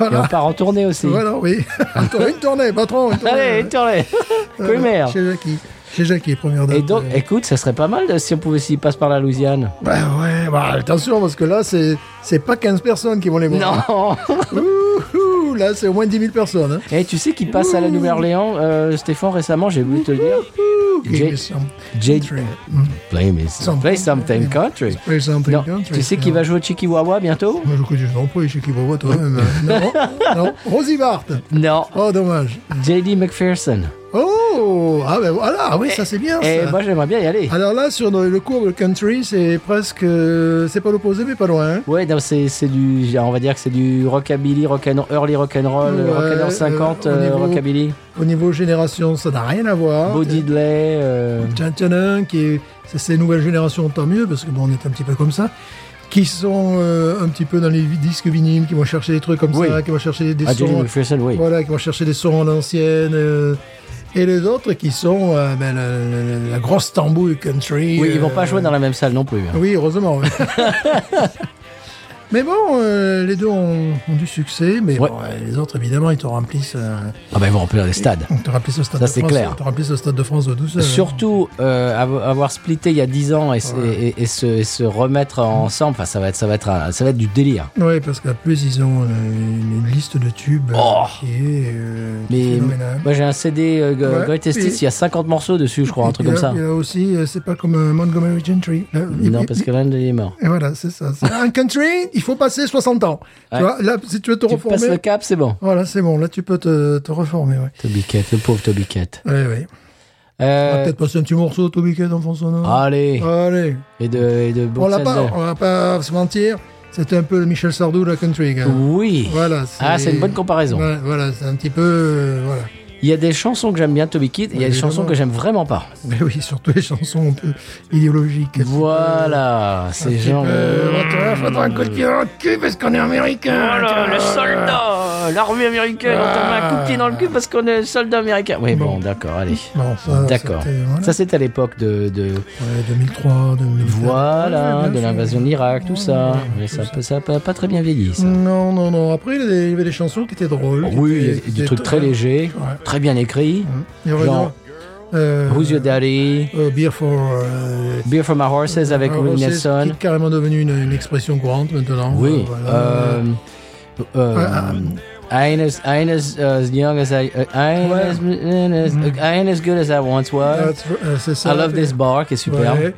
A: Et on
B: Voilà.
A: part en tournée aussi.
B: Voilà, oui. Attends, une tournée, patron. Une tournée.
A: Allez, une tournée.
B: Euh,
A: Primaire.
B: Chez Jackie. Chez Jackie, première date.
A: Et donc,
B: Euh,
A: écoute, ça serait pas mal de- si on pouvait s'il passe par la Louisiane.
B: bah ouais, bah, attention, parce que là, c'est, c'est pas 15 personnes qui vont les voir.
A: Non.
B: Ouh, là, c'est au moins 10 000 personnes. hein.
A: Et Eh, tu sais qu'il passe à la Nouvelle-Orléans, euh, Stéphane récemment, j'ai voulu te le dire.
B: Ouh,
A: J-
B: give me some
A: J-
B: country. Mm,
A: Play, me some- play something country.
B: play something
A: Non,
B: country.
A: tu sais qu'il va jouer au Chikiwawa bientôt
B: Moi, je crois que je t'en prie, je sais qui voit toi-même. non, non. Rosie Bart.
A: Non.
B: Oh, dommage.
A: JD McPherson.
B: Oh, ah ben voilà, oui, ça c'est bien.
A: Et
B: ça. Ah.
A: moi, j'aimerais bien y aller.
B: Alors là, sur le, le cours de country, c'est presque. euh, C'est pas l'opposé, mais pas loin. hein.
A: Ouais, non, c'est c'est du, on va dire que c'est du rockabilly, rock'n'roll, early rock'n'roll,
B: Ouais,
A: rock'n'roll 50,
B: euh, au
A: euh,
B: niveau-
A: rockabilly.
B: Au niveau génération, ça n'a rien à voir.
A: Bo Diddley, euh,
B: Tiens, tiens, un qui est, c'est ces nouvelles générations, tant mieux, parce que bon, on est un petit peu comme ça, qui sont euh, un petit peu dans les vi- disques vinyles, qui vont chercher des trucs comme
A: Oui.
B: ça, qui vont chercher des
A: ah, J.D.
B: sons,
A: McPherson, oui.
B: voilà, qui vont chercher des sons à l'ancienne, euh, et les autres qui sont euh, ben, la, la- la grosse tambouille country.
A: Oui, ils vont
B: euh,
A: pas jouer dans la même salle non plus. hein.
B: Oui, heureusement. oui. Mais bon, euh, les deux ont, ont du succès, mais
A: Ouais.
B: bon, euh, les autres, évidemment, ils te remplissent, euh,
A: Ah bah ils vont remplir les stades.
B: ils te remplissent le Stade
A: Ça,
B: de
A: c'est
B: France.
A: clair.
B: Ils te remplissent le Stade de France de tout seul.
A: Surtout euh, avo- avoir splitté il y a 10 ans et, se- et- et- et se, et se remettre ensemble, enfin, ça va être ça va être un- ça va être du délire.
B: Oui, hein. parce qu'en plus, ils ont euh, une une liste de tubes euh,
A: Oh.
B: qui est euh,
A: Mais
B: phénoménale.
A: moi j'ai un CD euh, G-
B: Ouais,
A: Greatest
B: et-
A: Hits, il y a 50 morceaux dessus, je crois, un truc
B: Et
A: comme
B: là-
A: ça.
B: et là aussi, euh, c'est pas comme euh, Montgomery Gentry. Là, il-
A: Non,
B: il-
A: parce que l'un d'eux est mort.
B: Et voilà, c'est ça. C'est un country, il faut passer 60 ans.
A: Ouais.
B: Tu vois, là, si tu veux te
A: Tu passes
B: reformer.
A: le cap, c'est bon.
B: Voilà, c'est bon, là, tu peux te, te reformer, ouais.
A: Toby Keith, le pauvre Toby Keith.
B: Oui, oui. On va
A: Euh,
B: Ah, peut-être passer un petit morceau,
A: Ah,
B: Toby Keith, en fond sonore.
A: allez,
B: Allez.
A: et de, et de
B: On l'a
A: Brooks and
B: pas,
A: Dunn.
B: on va pas se mentir. C'est un peu le Michel Sardou de la country. quand même.
A: Oui.
B: Voilà.
A: Ah, c'est une bonne comparaison.
B: Voilà, voilà, c'est un petit peu. euh, voilà.
A: Il y a des chansons que j'aime bien, Toby Kidd, et il y a des
B: évidemment.
A: chansons que j'aime vraiment pas.
B: Mais oui, surtout les chansons un peu idéologiques.
A: Voilà, c'est genre. euh,
B: Faudra un coup de pied au cul parce qu'on est américain.
A: Oh le soldat, l'armée américaine,
B: on te met un coup de pied dans le cul
A: parce qu'on est soldat américain. Oui, bon, d'accord, allez.
B: Bon, ça,
A: D'accord.
B: c'était- voilà.
A: Ça, c'était à l'époque de, de-
B: Ouais, 2003, 2004. Ouais,
A: voilà,
B: bien
A: de
B: sûr.
A: l'invasion de l'Irak, tout ça. Mais ça, peut- ça n'a pas très bien vieilli, ça.
B: Non, non, non. Après, il y avait des- il y avait des chansons qui étaient drôles. qui
A: Oui,
B: étaient-
A: il y a
B: qui
A: des
B: étaient
A: trucs très légers,
B: Ouais. Mm.
A: très bien écrits.
B: Il y avait
A: Genre,
B: des- euh,
A: Who's Your Daddy,
B: euh, Beer for. euh,
A: Beer for My Horses avec
B: Alors,
A: Willie
B: c'est-
A: Nelson.
B: qui est carrément devenu une, une expression courante maintenant.
A: Oui.
B: Euh, voilà.
A: Euh,
B: Ah,
A: euh, I ain't as, I ain't as, uh, as young as I, uh, I, ain't
B: Ouais. Mm-hmm.
A: as, I ain't as good as I once
B: Euh,
A: was.
B: c'est- euh, c'est ça.
A: I love this bar qui est superbe.
B: Ouais.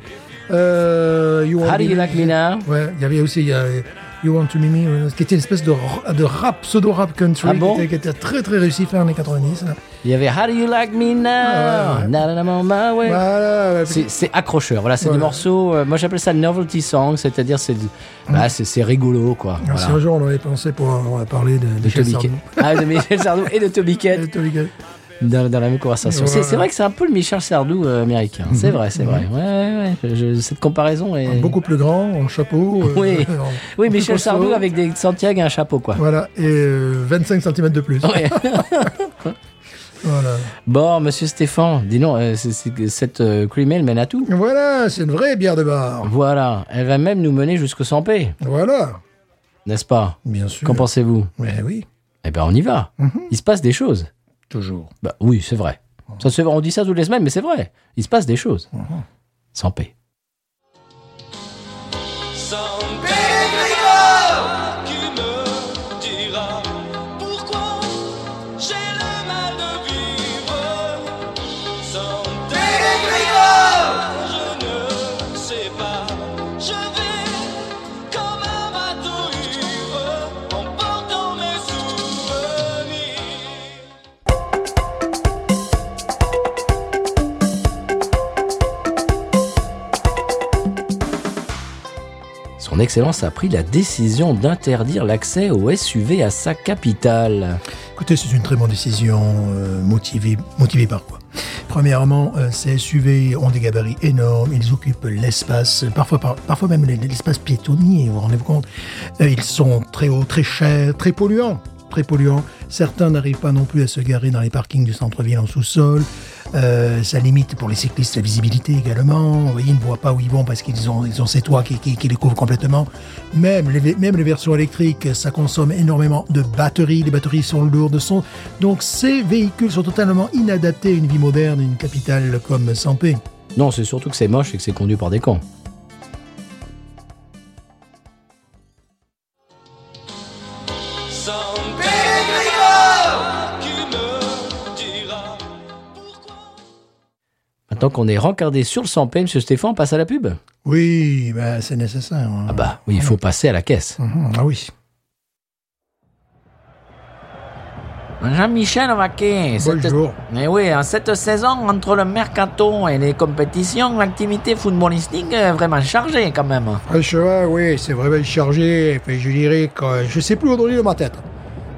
B: Euh, you
A: How
B: Want
A: do you
B: Me-
A: like me now?
B: Ouais, il y avait aussi il y a You Want to Me Me, euh, qui était une espèce de, ra- de rap, pseudo-rap country,
A: Ah bon
B: qui, était, qui était très très réussi fin années 90. là.
A: Il y avait How do you like me now?
B: Ouais, ouais.
A: Now that I'm on my way.
B: Voilà, ouais,
A: C'est- C'est accrocheur. Voilà, c'est des
B: Voilà.
A: morceaux. euh, moi, j'appelle ça novelty song, c'est-à-dire c'est du-
B: Mm.
A: bah, c'est c'est rigolo quoi.
B: Alors,
A: Voilà.
B: Si un jour on avait pensé pour avoir parlé de,
A: De
B: Michel
A: Toby
B: Sardou.
A: Keith. Ah, de Michel Sardou et de Toby Keith.
B: Et Toby Keith.
A: dans, dans la même conversation. C'est-
B: Voilà.
A: C'est vrai que c'est un peu le Michel Sardou euh, américain.
B: Mhm.
A: C'est vrai, c'est vrai. Ouais, ouais, ouais. Je- je- cette comparaison est.
B: Ah, Beaucoup plus grand, en chapeau. euh,
A: Oui.
B: en-
A: oui,
B: en plus
A: Michel
B: costaud.
A: Sardou avec des Santiago et un chapeau, quoi.
B: Voilà, et euh, 25 cm de plus.
A: Ouais.
B: Voilà.
A: bon, monsieur Stéphane, dis non, euh, c'est- c'est que cette euh, cream ale mène à tout.
B: Voilà, c'est une vraie bière de bar.
A: Voilà, elle va même nous mener jusqu'au 100p,
B: Voilà,
A: n'est-ce pas
B: bien sûr.
A: Qu'en pensez-vous
B: Mais oui,
A: Eh ben, on y va.
B: Mhm.
A: Il se passe des choses.
B: toujours.
A: Bah oui, c'est vrai. Ça, c'est vrai. On dit ça toutes les semaines, mais c'est vrai. Il se passe des choses.
B: Mhm.
A: 100p.
C: Sans bénévole, tu me diras pourquoi j'ai le mal de vivre. Sans bénévole, je ne sais pas. Je vais comme un bateau ivre en portant mes souvenirs.
A: Son Excellence a pris la décision d'interdire l'accès aux SUV à sa capitale.
B: Écoutez, c'est une très bonne décision, euh, motivée, motivée par quoi Premièrement, euh, ces SUV ont des gabarits énormes, ils occupent l'espace, euh, parfois, par- parfois même l'espace piétonnier, vous vous rendez compte Euh, Ils sont très hauts, très chers, très polluants, très polluants. Certains n'arrivent pas non plus à se garer dans les parkings du centre-ville en sous-sol. Euh, ça limite pour les cyclistes la visibilité également. Vous voyez, ils ne voient pas où ils vont parce qu'ils ont, ils ont ces toits qui, qui- qui les couvrent complètement. Même les, vé- même les versions électriques, ça consomme énormément de batteries. Les batteries sont lourdes. Sont... Donc ces véhicules sont totalement inadaptés à une vie moderne, une capitale comme Sampé.
A: Non, c'est surtout que c'est moche et que c'est conduit par des cons.
C: Sans bénévole, tu me diras pourquoi.
A: Maintenant qu'on est rencardé sur le 100p, monsieur Stéphane, on passe à la pub
B: Oui, ben, c'est nécessaire. hein.
A: Ah bah oui, il faut passer à la caisse.
B: Mhm, ah oui.
A: Jean-Michel Vaquet, cette-
B: Bonjour.
A: Mais oui, en cette saison, entre le mercato et les compétitions, l'activité footballistique est vraiment chargée quand même.
B: Le cheval, oui, c'est vraiment chargé. Et puis, je dirais que je sais plus où donner de ma tête.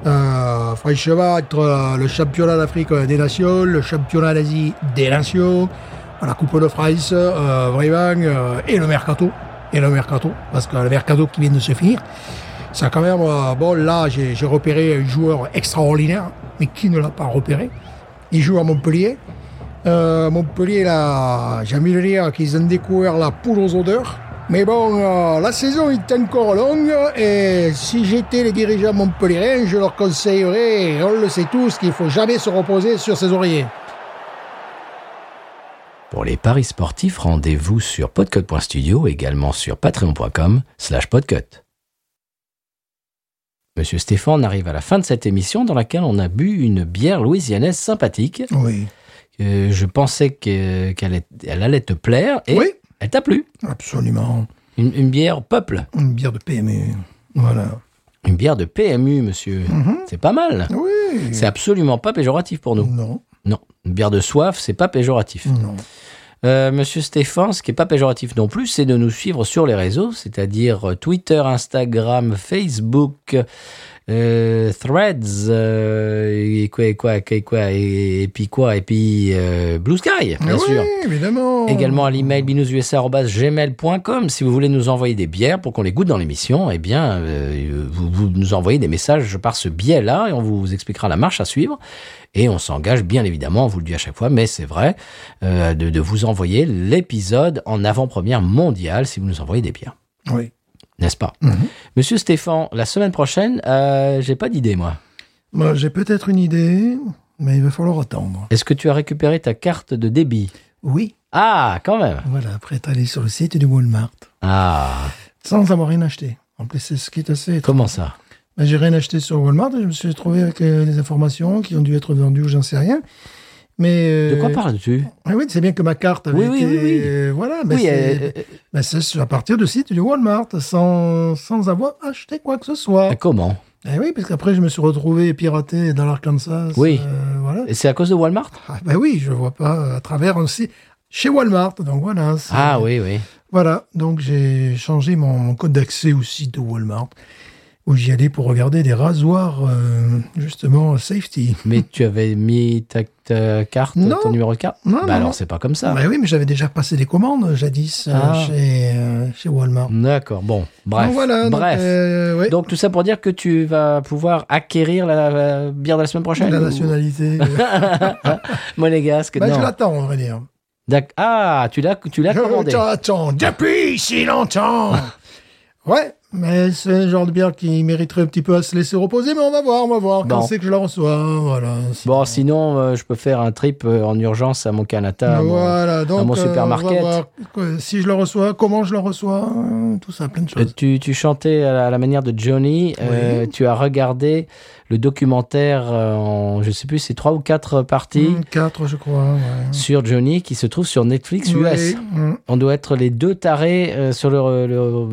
B: Euh, Franchement, entre euh, le championnat d'Afrique euh, des Nations, le championnat d'Asie des Nations, la Coupe de France, euh, vraiment, euh, et le mercato. Et le mercato, parce que le mercato qui vient de se finir, ça quand même. euh, bon, là, j'ai j'ai repéré un joueur extraordinaire, mais qui ne l'a pas repéré Il joue à Montpellier. Euh, Montpellier, là, j'ai envie de dire qu'ils ont découvert la poule aux odeurs. Mais bon, euh, la saison est encore longue et si j'étais les dirigeants montpelliérains, je leur conseillerais, et on le sait tous, qu'il faut jamais se reposer sur ses oreillers.
A: Pour les paris sportifs, rendez-vous sur podcut.studio, également sur patreon.com slash podcut. Monsieur Stéphane arrive à la fin de cette émission dans laquelle on a bu une bière louisianaise sympathique.
B: Oui,
A: Euh, je pensais que- qu'elle est- elle allait te plaire et
B: Oui.
A: elle t'a plu.
B: absolument.
A: Une, une bière peuple,
B: Une bière de PMU. Voilà.
A: une bière de PMU, monsieur. C'est pas mal.
B: Oui.
A: C'est absolument pas péjoratif pour nous.
B: Non,
A: Non, une bière de soif, c'est pas péjoratif.
B: non.
D: Euh, Monsieur Stéphane, ce qui n'est pas péjoratif non plus, c'est de nous suivre sur les réseaux, c'est-à-dire euh, Twitter, Instagram, Facebook, euh, Threads, euh, et quoi, et quoi, et quoi, et, et puis quoi, et puis euh, Blue Sky, bien
B: oui,
D: sûr.
B: évidemment.
D: Également à l'email binoususa.gmail.com. Si vous voulez nous envoyer des bières pour qu'on les goûte dans l'émission, eh bien, euh, vous, vous nous envoyez des messages par ce biais-là et on vous expliquera la marche à suivre. Et on s'engage, bien évidemment, on vous le dit à chaque fois, mais c'est vrai, euh, de, de vous envoyer l'épisode en avant-première mondiale si vous nous envoyez des bières.
B: Oui.
D: N'est-ce pas
B: Mhm.
D: Monsieur Stéphane, la semaine prochaine, euh, j'ai pas d'idée, moi.
B: Moi, j'ai peut-être une idée, mais il va falloir attendre.
D: Est-ce que tu as récupéré ta carte de débit
B: Oui,
D: Ah, quand même
B: voilà, après être allé sur le site du Walmart,
D: Ah,
B: sans avoir rien acheté. En plus, c'est ce qui est assez étrange.
D: comment ça
B: Ben, j'ai rien acheté sur Walmart, je me suis trouvé avec euh, des informations qui ont dû être vendues ou j'en sais rien. Mais
D: De quoi
B: euh,
D: parles-tu
B: Ah oui, c'est bien que ma carte avait
D: Oui, oui,
B: été-
D: oui, oui.
B: euh, voilà, mais
D: Oui,
B: c'est,
D: euh, euh,
B: mais c'est sur- à partir du site du Walmart, sans, sans avoir acheté quoi que ce soit.
D: euh, comment
B: Eh oui, parce qu'après, je me suis retrouvé piraté dans l'Arkansas.
D: Oui.
B: euh, voilà.
D: Et C'est à cause de Walmart
B: Ah, ben oui, je vois pas, à travers aussi, chez Walmart, donc voilà. c'est-
D: Ah oui, oui.
B: Voilà, donc j'ai changé mon, mon code d'accès au site de Walmart, où j'y allais pour regarder des rasoirs, euh, justement, safety.
D: Mais tu avais mis ta, ta carte,
B: Non.
D: ton numéro de carte
B: Non,
D: Bah
B: non, non.
D: alors, c'est pas comme ça.
B: Ben oui, mais j'avais déjà passé des commandes, jadis, euh,
D: Ah.
B: chez, euh, chez Walmart.
D: D'accord, bon, bref.
B: Donc voilà, donc,
D: bref.
B: euh, ouais,
D: Donc, tout ça pour dire que tu vas pouvoir acquérir la, la bière de la semaine prochaine
B: la
D: ou-
B: nationalité.
D: Monégasque,
B: Ben,
D: non.
B: je l'attends, on va dire.
D: D'ac- Ah, tu l'as tu l'as
B: Je
D: commandé.
B: t'attends depuis si longtemps. ouais, mais c'est le genre de bière qui mériterait un petit peu à se laisser reposer, mais on va voir, on va voir quand
D: Bon.
B: c'est que je la reçois. Voilà.
D: Bon, sinon, euh, je peux faire un trip euh, en urgence à mon Canada. à mon-
B: voilà, donc
D: mon
B: euh,
D: supermarket.
B: on va voir que- si je le reçois, comment je le reçois, euh, tout ça, plein de
D: Euh,
B: choses.
D: Tu, tu chantais à la, à la manière de Johnny. euh, tu as regardé le documentaire euh, en, je sais plus, c'est trois ou quatre parties.
B: Hum, Quatre, je crois. ouais.
D: sur Johnny qui se trouve sur Netflix
B: Oui,
D: US.
B: hum.
D: On doit être les deux tarés euh, sur le, le-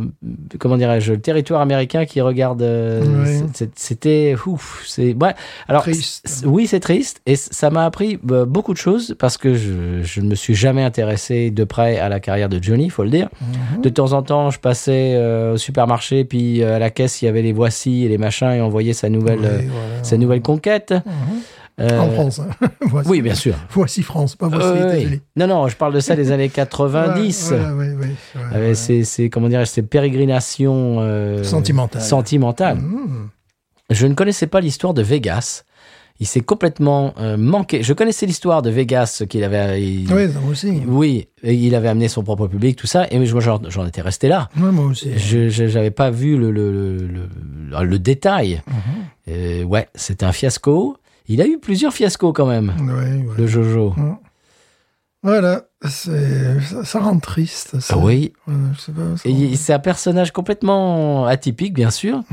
D: comment dirais-je le territoire américain qui regarde. euh,
B: Oui.
D: c'est- c'est- C'était ouf. C'est ouais. Alors
B: Triste.
D: c- c- oui, c'est triste et c- ça m'a appris bah, beaucoup de choses parce que je, je ne me suis jamais intéressé de près à la carrière de Johnny, faut le dire.
B: Mhm.
D: De temps en temps, je passais euh, au supermarché puis euh, à la caisse il y avait les voici et les machins et on voyait sa nouvelle
B: Oui,
D: euh,
B: voilà.
D: sa nouvelle conquête. Euh,
B: En France. hein. voici,
D: Oui, bien sûr.
B: voici France, pas voici
D: Euh, oui.
B: États-Unis.
D: Non, non, je parle de ça des années 90.
B: Voilà, voilà, oui, oui, ouais,
D: Euh,
B: ouais.
D: C'est, c'est, comment dirais-je, c'est pérégrinations euh,
B: Sentimentale.
D: sentimentale.
B: Hum.
D: Je ne connaissais pas l'histoire de Vegas. Il s'est complètement euh, manqué. Je connaissais l'histoire de Vegas qu'il avait. il-
B: Oui, moi aussi.
D: Oui, et il avait amené son propre public, tout ça. Et moi, j'en, j'en étais resté là.
B: Ouais, moi aussi.
D: Je je- j'avais pas vu le, le, le, le- le détail.
B: Mm-hmm.
D: Euh, ouais, c'était un fiasco. Il a eu plusieurs fiascos quand même,
B: Ouais, ouais.
D: le
B: Mm.
D: Jojo.
B: Voilà, c'est- ça, ça rend triste. Ça.
D: Ah oui,
B: Ouais, je sais pas, ça
D: Et
B: rend-
D: il- c'est un personnage complètement atypique, bien sûr,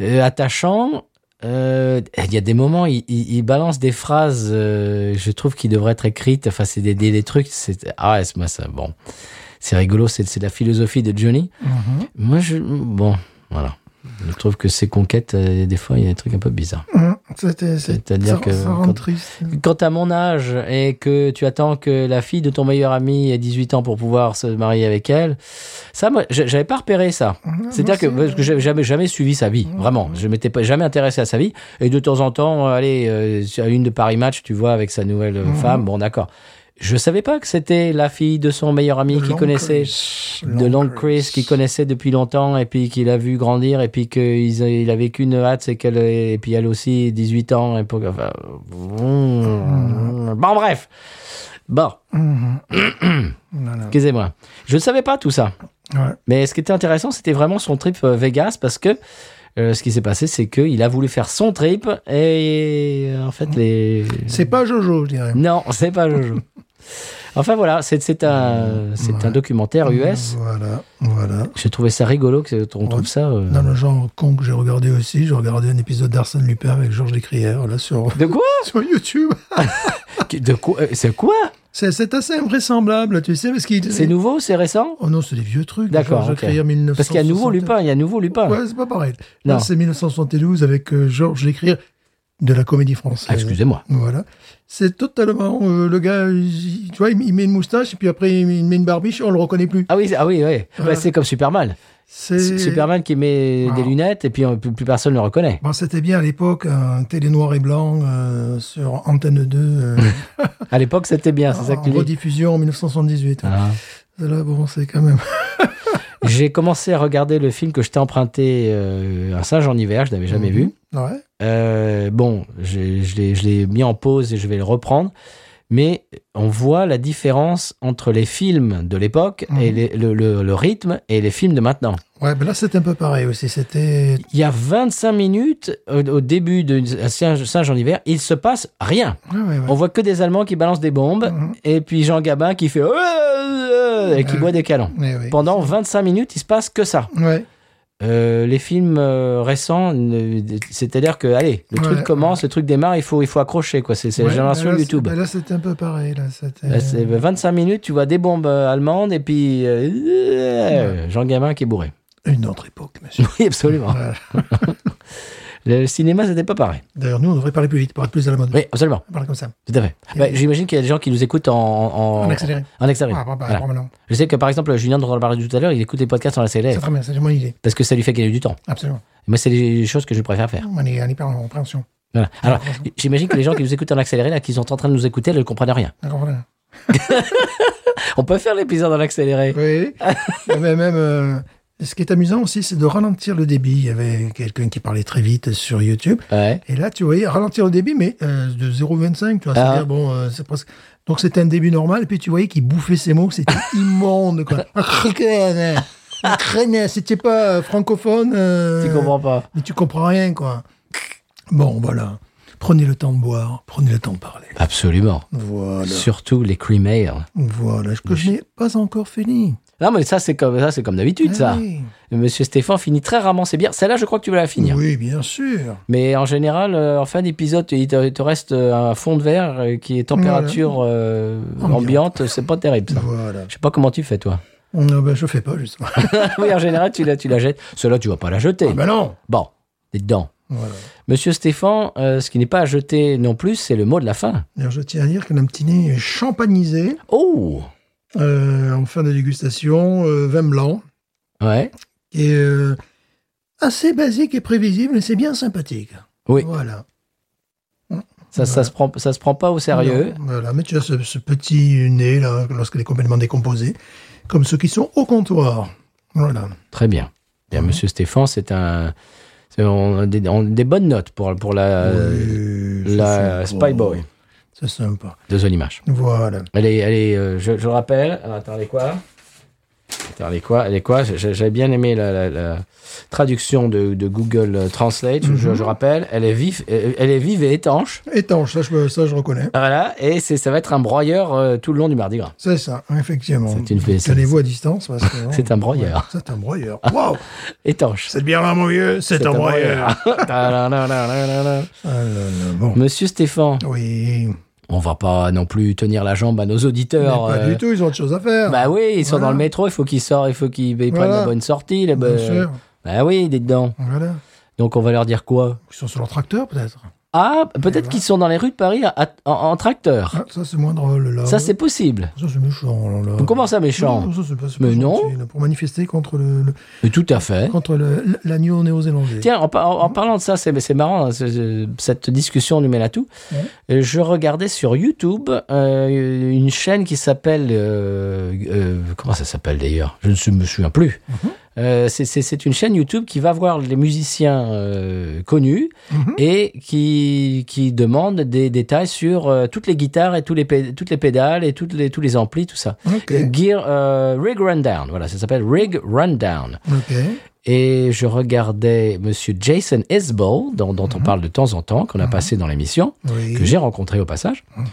D: euh, attachant. Euh, Il y a des moments, il, il- il balance des phrases, euh, je trouve, qui devraient être écrites. Enfin, c'est des, des, des trucs. c'est- Ah, ouais, c'est- moi, ça, bon. C'est rigolo, c'est c'est la philosophie de Johnny.
B: Mhm,
D: Moi, je. Bon, voilà. Je trouve que ces conquêtes, euh, des fois, il y a des trucs un peu bizarres.
B: Mhm. C'était- c'est-
D: C'est-à-dire
B: ça-
D: que
B: ça rend
D: quand-
B: triste.
D: Quand t'as mon âge et que tu attends que la fille de ton meilleur ami ait 18 ans pour pouvoir se marier avec elle, ça, moi, j'a- j'avais pas repéré ça. C'est-à-dire que, parce que j'avais jamais, jamais suivi sa vie, vraiment. Je m'étais pas- jamais intéressé à sa vie. Et de temps en temps, euh, allez, euh, sur une de Paris Match, tu vois, avec sa nouvelle euh, femme, bon, d'accord. Je savais pas que c'était la fille de son meilleur ami qui
B: Long
D: connaissait,
B: Chris.
D: de Long Chris, qui connaissait depuis longtemps, et puis qu'il a vu grandir, et puis qu'il a- il avait qu'une hâte, c'est qu'elle, et puis elle aussi, 18 ans, et pour- enfin, mm. bon, bref. Bon,
B: Mhm. Voilà.
D: excusez-moi. Je ne savais pas tout ça.
B: Ouais.
D: Mais ce qui était intéressant, c'était vraiment son trip euh, Vegas parce que euh, ce qui s'est passé, c'est qu'il a voulu faire son trip et euh, en fait, les.
B: C'est pas Jojo, je dirais.
D: Non, c'est pas Jojo. enfin voilà, c'est c'est un, c'est un documentaire US.
B: Voilà, voilà.
D: J'ai trouvé ça rigolo que on trouve ça. euh,
B: Dans le genre con que j'ai regardé aussi, j'ai regardé un épisode d'Arsène Lupin avec Georges Descrières, là, sur,
D: De quoi
B: sur YouTube.
D: De quoi euh, C'est quoi
B: C'est c'est assez invraisemblable, tu sais, parce qu'il...
D: C'est nouveau C'est récent
B: Oh non, c'est des vieux trucs.
D: D'accord.
B: Georges
D: ok.
B: Descrières,
D: Parce qu'il y a nouveau
B: 1960.
D: Lupin, il y a nouveau Lupin.
B: Ouais, c'est pas pareil. Là,
D: Non.
B: c'est 1972 avec euh, Georges Lécrire. de la comédie française.
D: Ah, excusez-moi.
B: Voilà. C'est totalement. euh, le gars, il- tu vois, il met- il met une moustache, et puis après, il met une barbiche, on le reconnaît plus.
D: Ah oui, ah oui, oui. Bah,
B: Ouais.
D: c'est comme Superman.
B: C'est.
D: Superman qui met
B: Wow.
D: des lunettes et puis euh, plus, plus personne ne le reconnaît.
B: Bon, c'était bien à l'époque, un télé noir et blanc euh, sur Antenne 2, euh,
D: À l'époque, c'était bien, c'est ça que
B: en
D: tu dis.
B: rediffusion en 1978.
D: Ah.
B: Là, bon, c'est quand même.
D: J'ai commencé à regarder le film que je t'ai emprunté, euh, Un singe en hiver, je l'avais
B: Mhm.
D: jamais vu.
B: Ouais.
D: Euh, bon, j'ai- je l'ai- je l'ai mis en pause et je vais le reprendre. Mais on voit la différence entre les films de l'époque et
B: Mhm.
D: les- le, le- le rythme et les films de maintenant.
B: Ouais, ben là, c'était un peu pareil aussi. C'était.
D: Il y a 25 minutes au, au début de Singe, Singe en hiver, il se passe rien.
B: Ouais, ouais, ouais.
D: On voit que des Allemands qui balancent des bombes
B: Mhm.
D: et puis Jean Gabin qui fait euh, et qui
B: Euh.
D: boit des canons.
B: Ouais, ouais.
D: Pendant 25 minutes, il se passe que ça.
B: Ouais.
D: Euh, les films euh, récents, ne- c'est-à-dire que, allez, le
B: Ouais,
D: truc commence, le truc démarre, il faut, il faut accrocher, quoi. C'est c'est la
B: Ouais,
D: génération
B: ben là,
D: YouTube.
B: c'est- ben là, c'était un peu pareil. Là, c'était.
D: Là, c'est 25 minutes, tu vois des bombes euh, allemandes et puis euh, euh, Jean Gamin qui est bourré.
B: Une autre époque, monsieur.
D: Oui, absolument.
B: Voilà.
D: Le cinéma, c'était pas pareil.
B: D'ailleurs, nous, on devrait parler plus vite, parler plus à la mode.
D: Oui, absolument.
B: On parle comme ça.
D: Tout à fait.
B: Et
D: Bah,
B: oui.
D: J'imagine qu'il y a des gens qui nous écoutent en, en,
B: En accéléré.
D: en accéléré.
B: Ah, bah, bah,
D: Voilà.
B: probablement.
D: Je sais que par exemple, Julien, dont on parlait tout à l'heure, il écoute les podcasts en accéléré
B: C'est très bien, c'est une bonne idée.
D: parce que ça lui fait gagner du temps.
B: Absolument.
D: Moi, c'est les choses que je préfère faire.
B: On est, on est pas en compréhension.
D: Voilà. Alors, j'imagine que les gens qui nous écoutent en accéléré, là, qui sont en train de nous écouter, là, ne comprennent rien.
B: D'accord, voilà.
D: On peut faire l'épisode en accéléré.
B: Oui. Mais même. euh, ce qui est amusant aussi, c'est de ralentir le débit. Il y avait quelqu'un qui parlait très vite sur YouTube.
D: Ouais.
B: Et là, tu voyais ralentir le débit, mais euh, de 0,25, tu vois.
D: Ah.
B: c'est-à-dire, bon, euh, c'est presque... Donc, c'était un début normal. Et puis, tu voyais qu'il bouffait ses mots. C'était immonde, quoi. C'était pas euh, francophone. euh,
D: Tu comprends pas.
B: Mais tu comprends rien, quoi. Bon, voilà. Prenez le temps de boire. Prenez le temps de parler.
D: Absolument.
B: Voilà.
D: Surtout les cream ale.
B: Voilà. Que je n'ai pas encore fini.
D: Non, mais ça, c'est comme, ça, c'est comme d'habitude, ça.
B: Ah oui.
D: Monsieur Stéphane finit très rarement ses bières. Celle-là, je crois que tu vas la finir.
B: Oui, bien sûr. mais
D: Mais en général, euh, en fin d'épisode, il te, il te reste euh, un fond de verre euh, qui est température euh,
B: Ambiante.
D: ambiante. C'est pas terrible, ça.
B: Voilà.
D: Je sais pas comment tu fais, toi.
B: Non, ben, je fais pas, justement.
D: oui, en général, tu la, tu la jettes. Celle-là, tu vas pas la jeter.
B: ben non.
D: Bon, t'es dedans.
B: Voilà.
D: Monsieur Stéphane, euh, ce qui n'est pas à jeter non plus, c'est le mot de la fin.
B: D'ailleurs, je tiens à dire que un petit nez champagnisé,
D: Oh
B: euh, en fin de dégustation, euh, vin blanc,
D: Ouais.
B: qui est euh, assez basique et prévisible, et c'est bien sympathique.
D: Oui.
B: Voilà.
D: Ça, ça, se prend, ça se prend pas au sérieux.
B: Non, Voilà, mais tu as ce, ce petit nez, là, lorsqu'il est complètement décomposé, comme ceux qui sont au comptoir. Voilà.
D: Très bien. Bien, Monsieur Stéphane, c'est un. c'est- On a des, on a des bonnes notes pour, pour la,
B: Oui, c'est
D: Euh, la
B: sympa.
D: Spy Boy
B: C'est sympa.
D: de Zone Image.
B: Voilà.
D: Elle est, elle est, euh, je, je le rappelle. Alors, attendez quoi Attendez quoi Elle est quoi J'ai j'ai bien aimé la, la- la traduction de, de Google Translate. Je-
B: Mhm.
D: je, je rappelle, elle est, vive, elle elle est vive et étanche.
B: Étanche, ça je, ça, je reconnais.
D: Voilà, et c'est- ça va être un broyeur euh, tout le long du Mardi Gras.
B: C'est ça, effectivement.
D: C'est une fée-
B: Tenez-vous à distance parce que. hein,
D: C'est un broyeur. Ah.
B: C'est un broyeur. Waouh
D: Étanche.
B: Cette bière-là, mon vieux, c'est un broyeur.
D: Ta-da-da-da-da-da-da.
B: Ah là là, bon.
D: Monsieur Stéphane,
B: Oui.
D: on va pas non plus tenir la jambe à nos auditeurs.
B: Mais pas
D: euh,
B: du tout, ils ont autre chose à faire.
D: Bah oui, ils sont
B: Voilà.
D: dans le métro, il faut qu'ils sortent, il faut qu'ils ils prennent
B: Voilà.
D: la bonne sortie. Là,
B: Bien sûr.
D: Bah oui, dites donc.
B: Voilà.
D: Donc on va leur dire quoi
B: Ils sont sur leur tracteur, peut-être.
D: Ah,
B: Eh
D: peut-être
B: ben.
D: qu'ils sont dans les rues de Paris à- à- en, en tracteur.
B: Ah, ça, c'est moins drôle, là.
D: Ça, c'est possible.
B: Ça, c'est méchant, là. là.
D: Donc, Comment ça, méchant
B: Non, ça, c'est pas- c'est
D: Mais
B: pas
D: non.
B: gentil, là, Pour manifester contre le, le-
D: Mais Tout à fait.
B: contre le- l'agneau néo-zélandais.
D: Tiens, en, par- en- en parlant de ça, c'est c'est marrant, hein, c'est- c'est- cette discussion nous mêle à tout.
B: Ouais.
D: Euh, Je regardais sur YouTube euh, une chaîne qui s'appelle... euh, euh, comment ça s'appelle d'ailleurs Je ne sou- me souviens plus. Euh, c'est- c'est c'est une chaîne YouTube qui va voir les musiciens euh, connus
B: Mhm.
D: et qui, qui demande des détails sur euh, toutes les guitares et tous les pé- toutes les pédales et toutes les, tous les amplis, tout ça.
B: Ok.
D: Gear, euh, Rig Rundown, voilà, ça s'appelle Rig Rundown.
B: Ok.
D: Et je regardais Monsieur Jason Isbell, dont, dont
B: Mhm.
D: on parle de temps en temps, qu'on a passé dans l'émission,
B: Oui.
D: que j'ai rencontré au passage.
B: Mhm.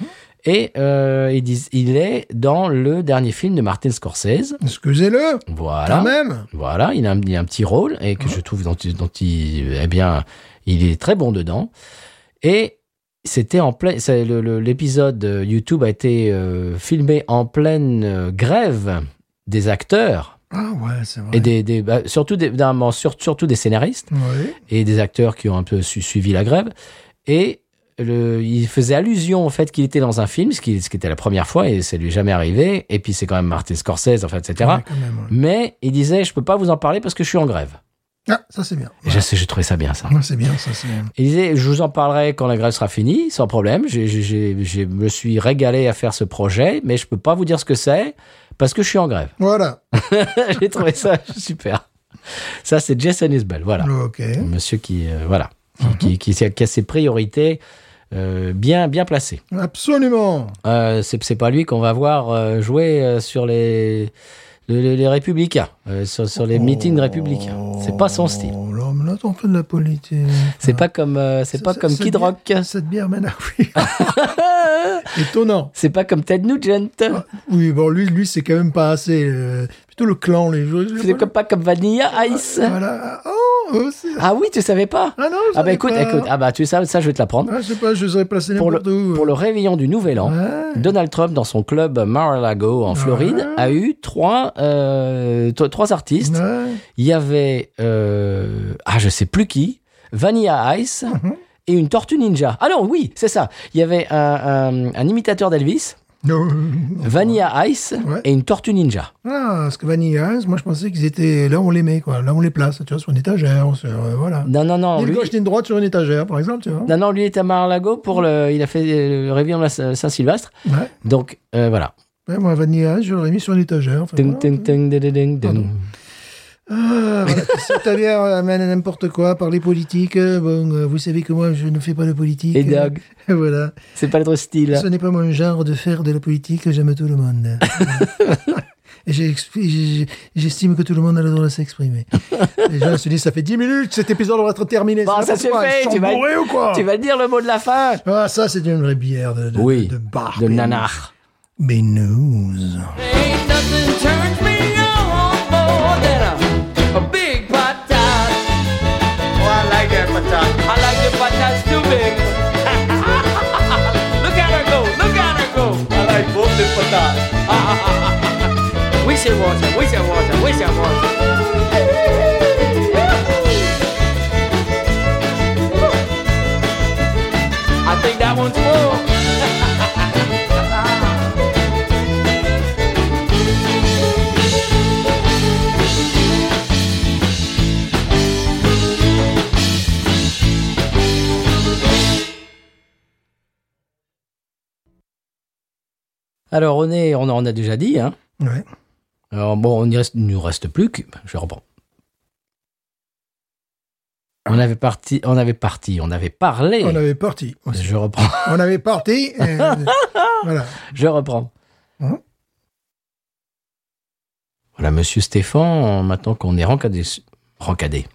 D: Et euh, ils disent, il est dans le dernier film de Martin Scorsese.
B: Excusez-le,
D: Voilà.
B: quand même. Mhm.
D: Voilà, il a, un, il a un petit rôle et que je trouve dont, il- dont il, eh bien, il est très bon dedans. Et c'était en plein, c'est le- le- l'épisode euh, YouTube a été euh, filmé en pleine euh, grève des acteurs
B: Ah ouais, c'est vrai.
D: et des, des- bah, surtout des, d'un- sur- surtout des scénaristes
B: Oui.
D: et des acteurs qui ont un peu su- suivi la grève. Et le, il faisait allusion au fait qu'il était dans un film, ce qui, ce qui était la première fois et ça lui est jamais arrivé. Et puis c'est quand même Martin Scorsese, enfin, etc.
B: Ouais, quand même, ouais.
D: Mais il disait, je peux pas vous en parler parce que je suis en grève.
B: Ah, ça c'est bien.
D: Et je sais, j'ai trouvé ça bien, ça.
B: Ouais, c'est bien, ça c'est.
D: Il disait, je vous en parlerai quand la grève sera finie, sans problème. Je me suis régalé à faire ce projet, mais je peux pas vous dire ce que c'est parce que je suis en grève.
B: Voilà.
D: J'ai trouvé ça super. Ça, c'est Jason Isbell, voilà.
B: Ok. Mhm.
D: Monsieur qui, euh, voilà, qui, qui, qui a ses priorités euh, bien, bien placées.
B: Absolument.
D: Euh, c'est c'est pas lui qu'on va voir euh, jouer euh, sur les, le- le- les républicains, euh, sur, sur les meetings républicains. C'est pas son style.
B: Oh là, mais là, t'en fais de la politique.
D: C'est pas comme, euh, c'est
B: Ça-
D: pas
B: ça-
D: comme
B: cette
D: Kid
B: bière-
D: Rock.
B: Cette bière mène à oui. Étonnant.
D: C'est pas comme Ted Nugent.
B: Ah, Oui, bon, lui, lui c'est quand même pas assez. euh, plutôt le clan, les jeux.
D: C'est comme pas comme Vanilla Ice.
B: Voilà. Oh, eux aussi.
D: Ah oui, tu savais pas
B: Ah non, je
D: Ah bah
B: savais
D: écoute,
B: pas.
D: écoute, ah bah tu sais, ça je vais te l'apprendre.
B: Ah, je sais pas, je les aurais placés
D: Pour le,
B: n'importe où.
D: pour le réveillon du Nouvel An,
B: Ouais.
D: Donald Trump, dans son club Mar-a-Lago en Floride, a eu trois, euh, to- trois artistes.
B: Ouais.
D: Il y avait, euh, ah, je sais plus qui, Vanilla Ice
B: Mhm.
D: et une tortue ninja. Ah non, oui, c'est ça. Il y avait un, un- un imitateur d'Elvis,
B: Non.
D: Vanilla Ice
B: Ouais.
D: et une tortue ninja.
B: Ah, parce que Vanilla Ice, moi je pensais qu'ils étaient là où on les met, quoi. Là où on les place, tu vois, sur une étagère, sur. euh, voilà.
D: Non, non, non.
B: Ni une
D: Lui,
B: gauche, ni une droite sur une étagère, par exemple, tu vois.
D: non, non, lui est à Mar-a-Lago pour le. Il a fait euh, le réveillon de la Saint- Saint-Sylvestre.
B: Ouais.
D: Donc, euh, voilà.
B: Ouais, moi, Vanilla Ice, je l'aurais mis sur une étagère. enfin,
D: Ding,
B: voilà.
D: ding, ding, ding, ding, ding.
B: Ah, voilà. Si ta bière amène à n'importe quoi par les politiques, euh, bon, euh, vous savez que moi je ne fais pas de politique.
D: Et dog.
B: Voilà.
D: C'est pas notre style.
B: Ce n'est pas mon genre de faire de la politique, j'aime tout le monde. Et j'ai expli- j'ai- j'ai- J'estime que tout le monde a le droit de s'exprimer. Les gens se disent, ça fait 10 minutes, cet épisode va être terminé.
D: Bon,
B: C'est
D: Bah, ça
B: n'importe quoi,
D: se fait,
B: ils sont
D: tu vas-
B: bourrés ou quoi
D: Tu vas le dire le mot de la fin
B: Ah, ça, c'est une vraie bière de, de,
D: Oui,
B: de, de bar.
D: de
B: mais-
D: nanar.
B: Mais news.
A: Ain't nothing turns me on more than a, a big patat. Oh, I like that patat. I like the patats too big. look at her go, look at her go. I like both the patats. we should watch her, we should watch her, we should watch her. I think that one's full.
D: Alors, on, est, on en a déjà dit. Hein.
B: Ouais.
D: Alors, bon, on y reste- il nous reste plus que. Je reprends. On avait parti, on avait parti, on avait parlé.
B: On avait parti.
D: Je reprends,
B: On avait parti. euh, voilà.
D: je reprends.
B: Hein
D: Voilà, monsieur Stéphane, maintenant qu'on est rencadé. Rencadé.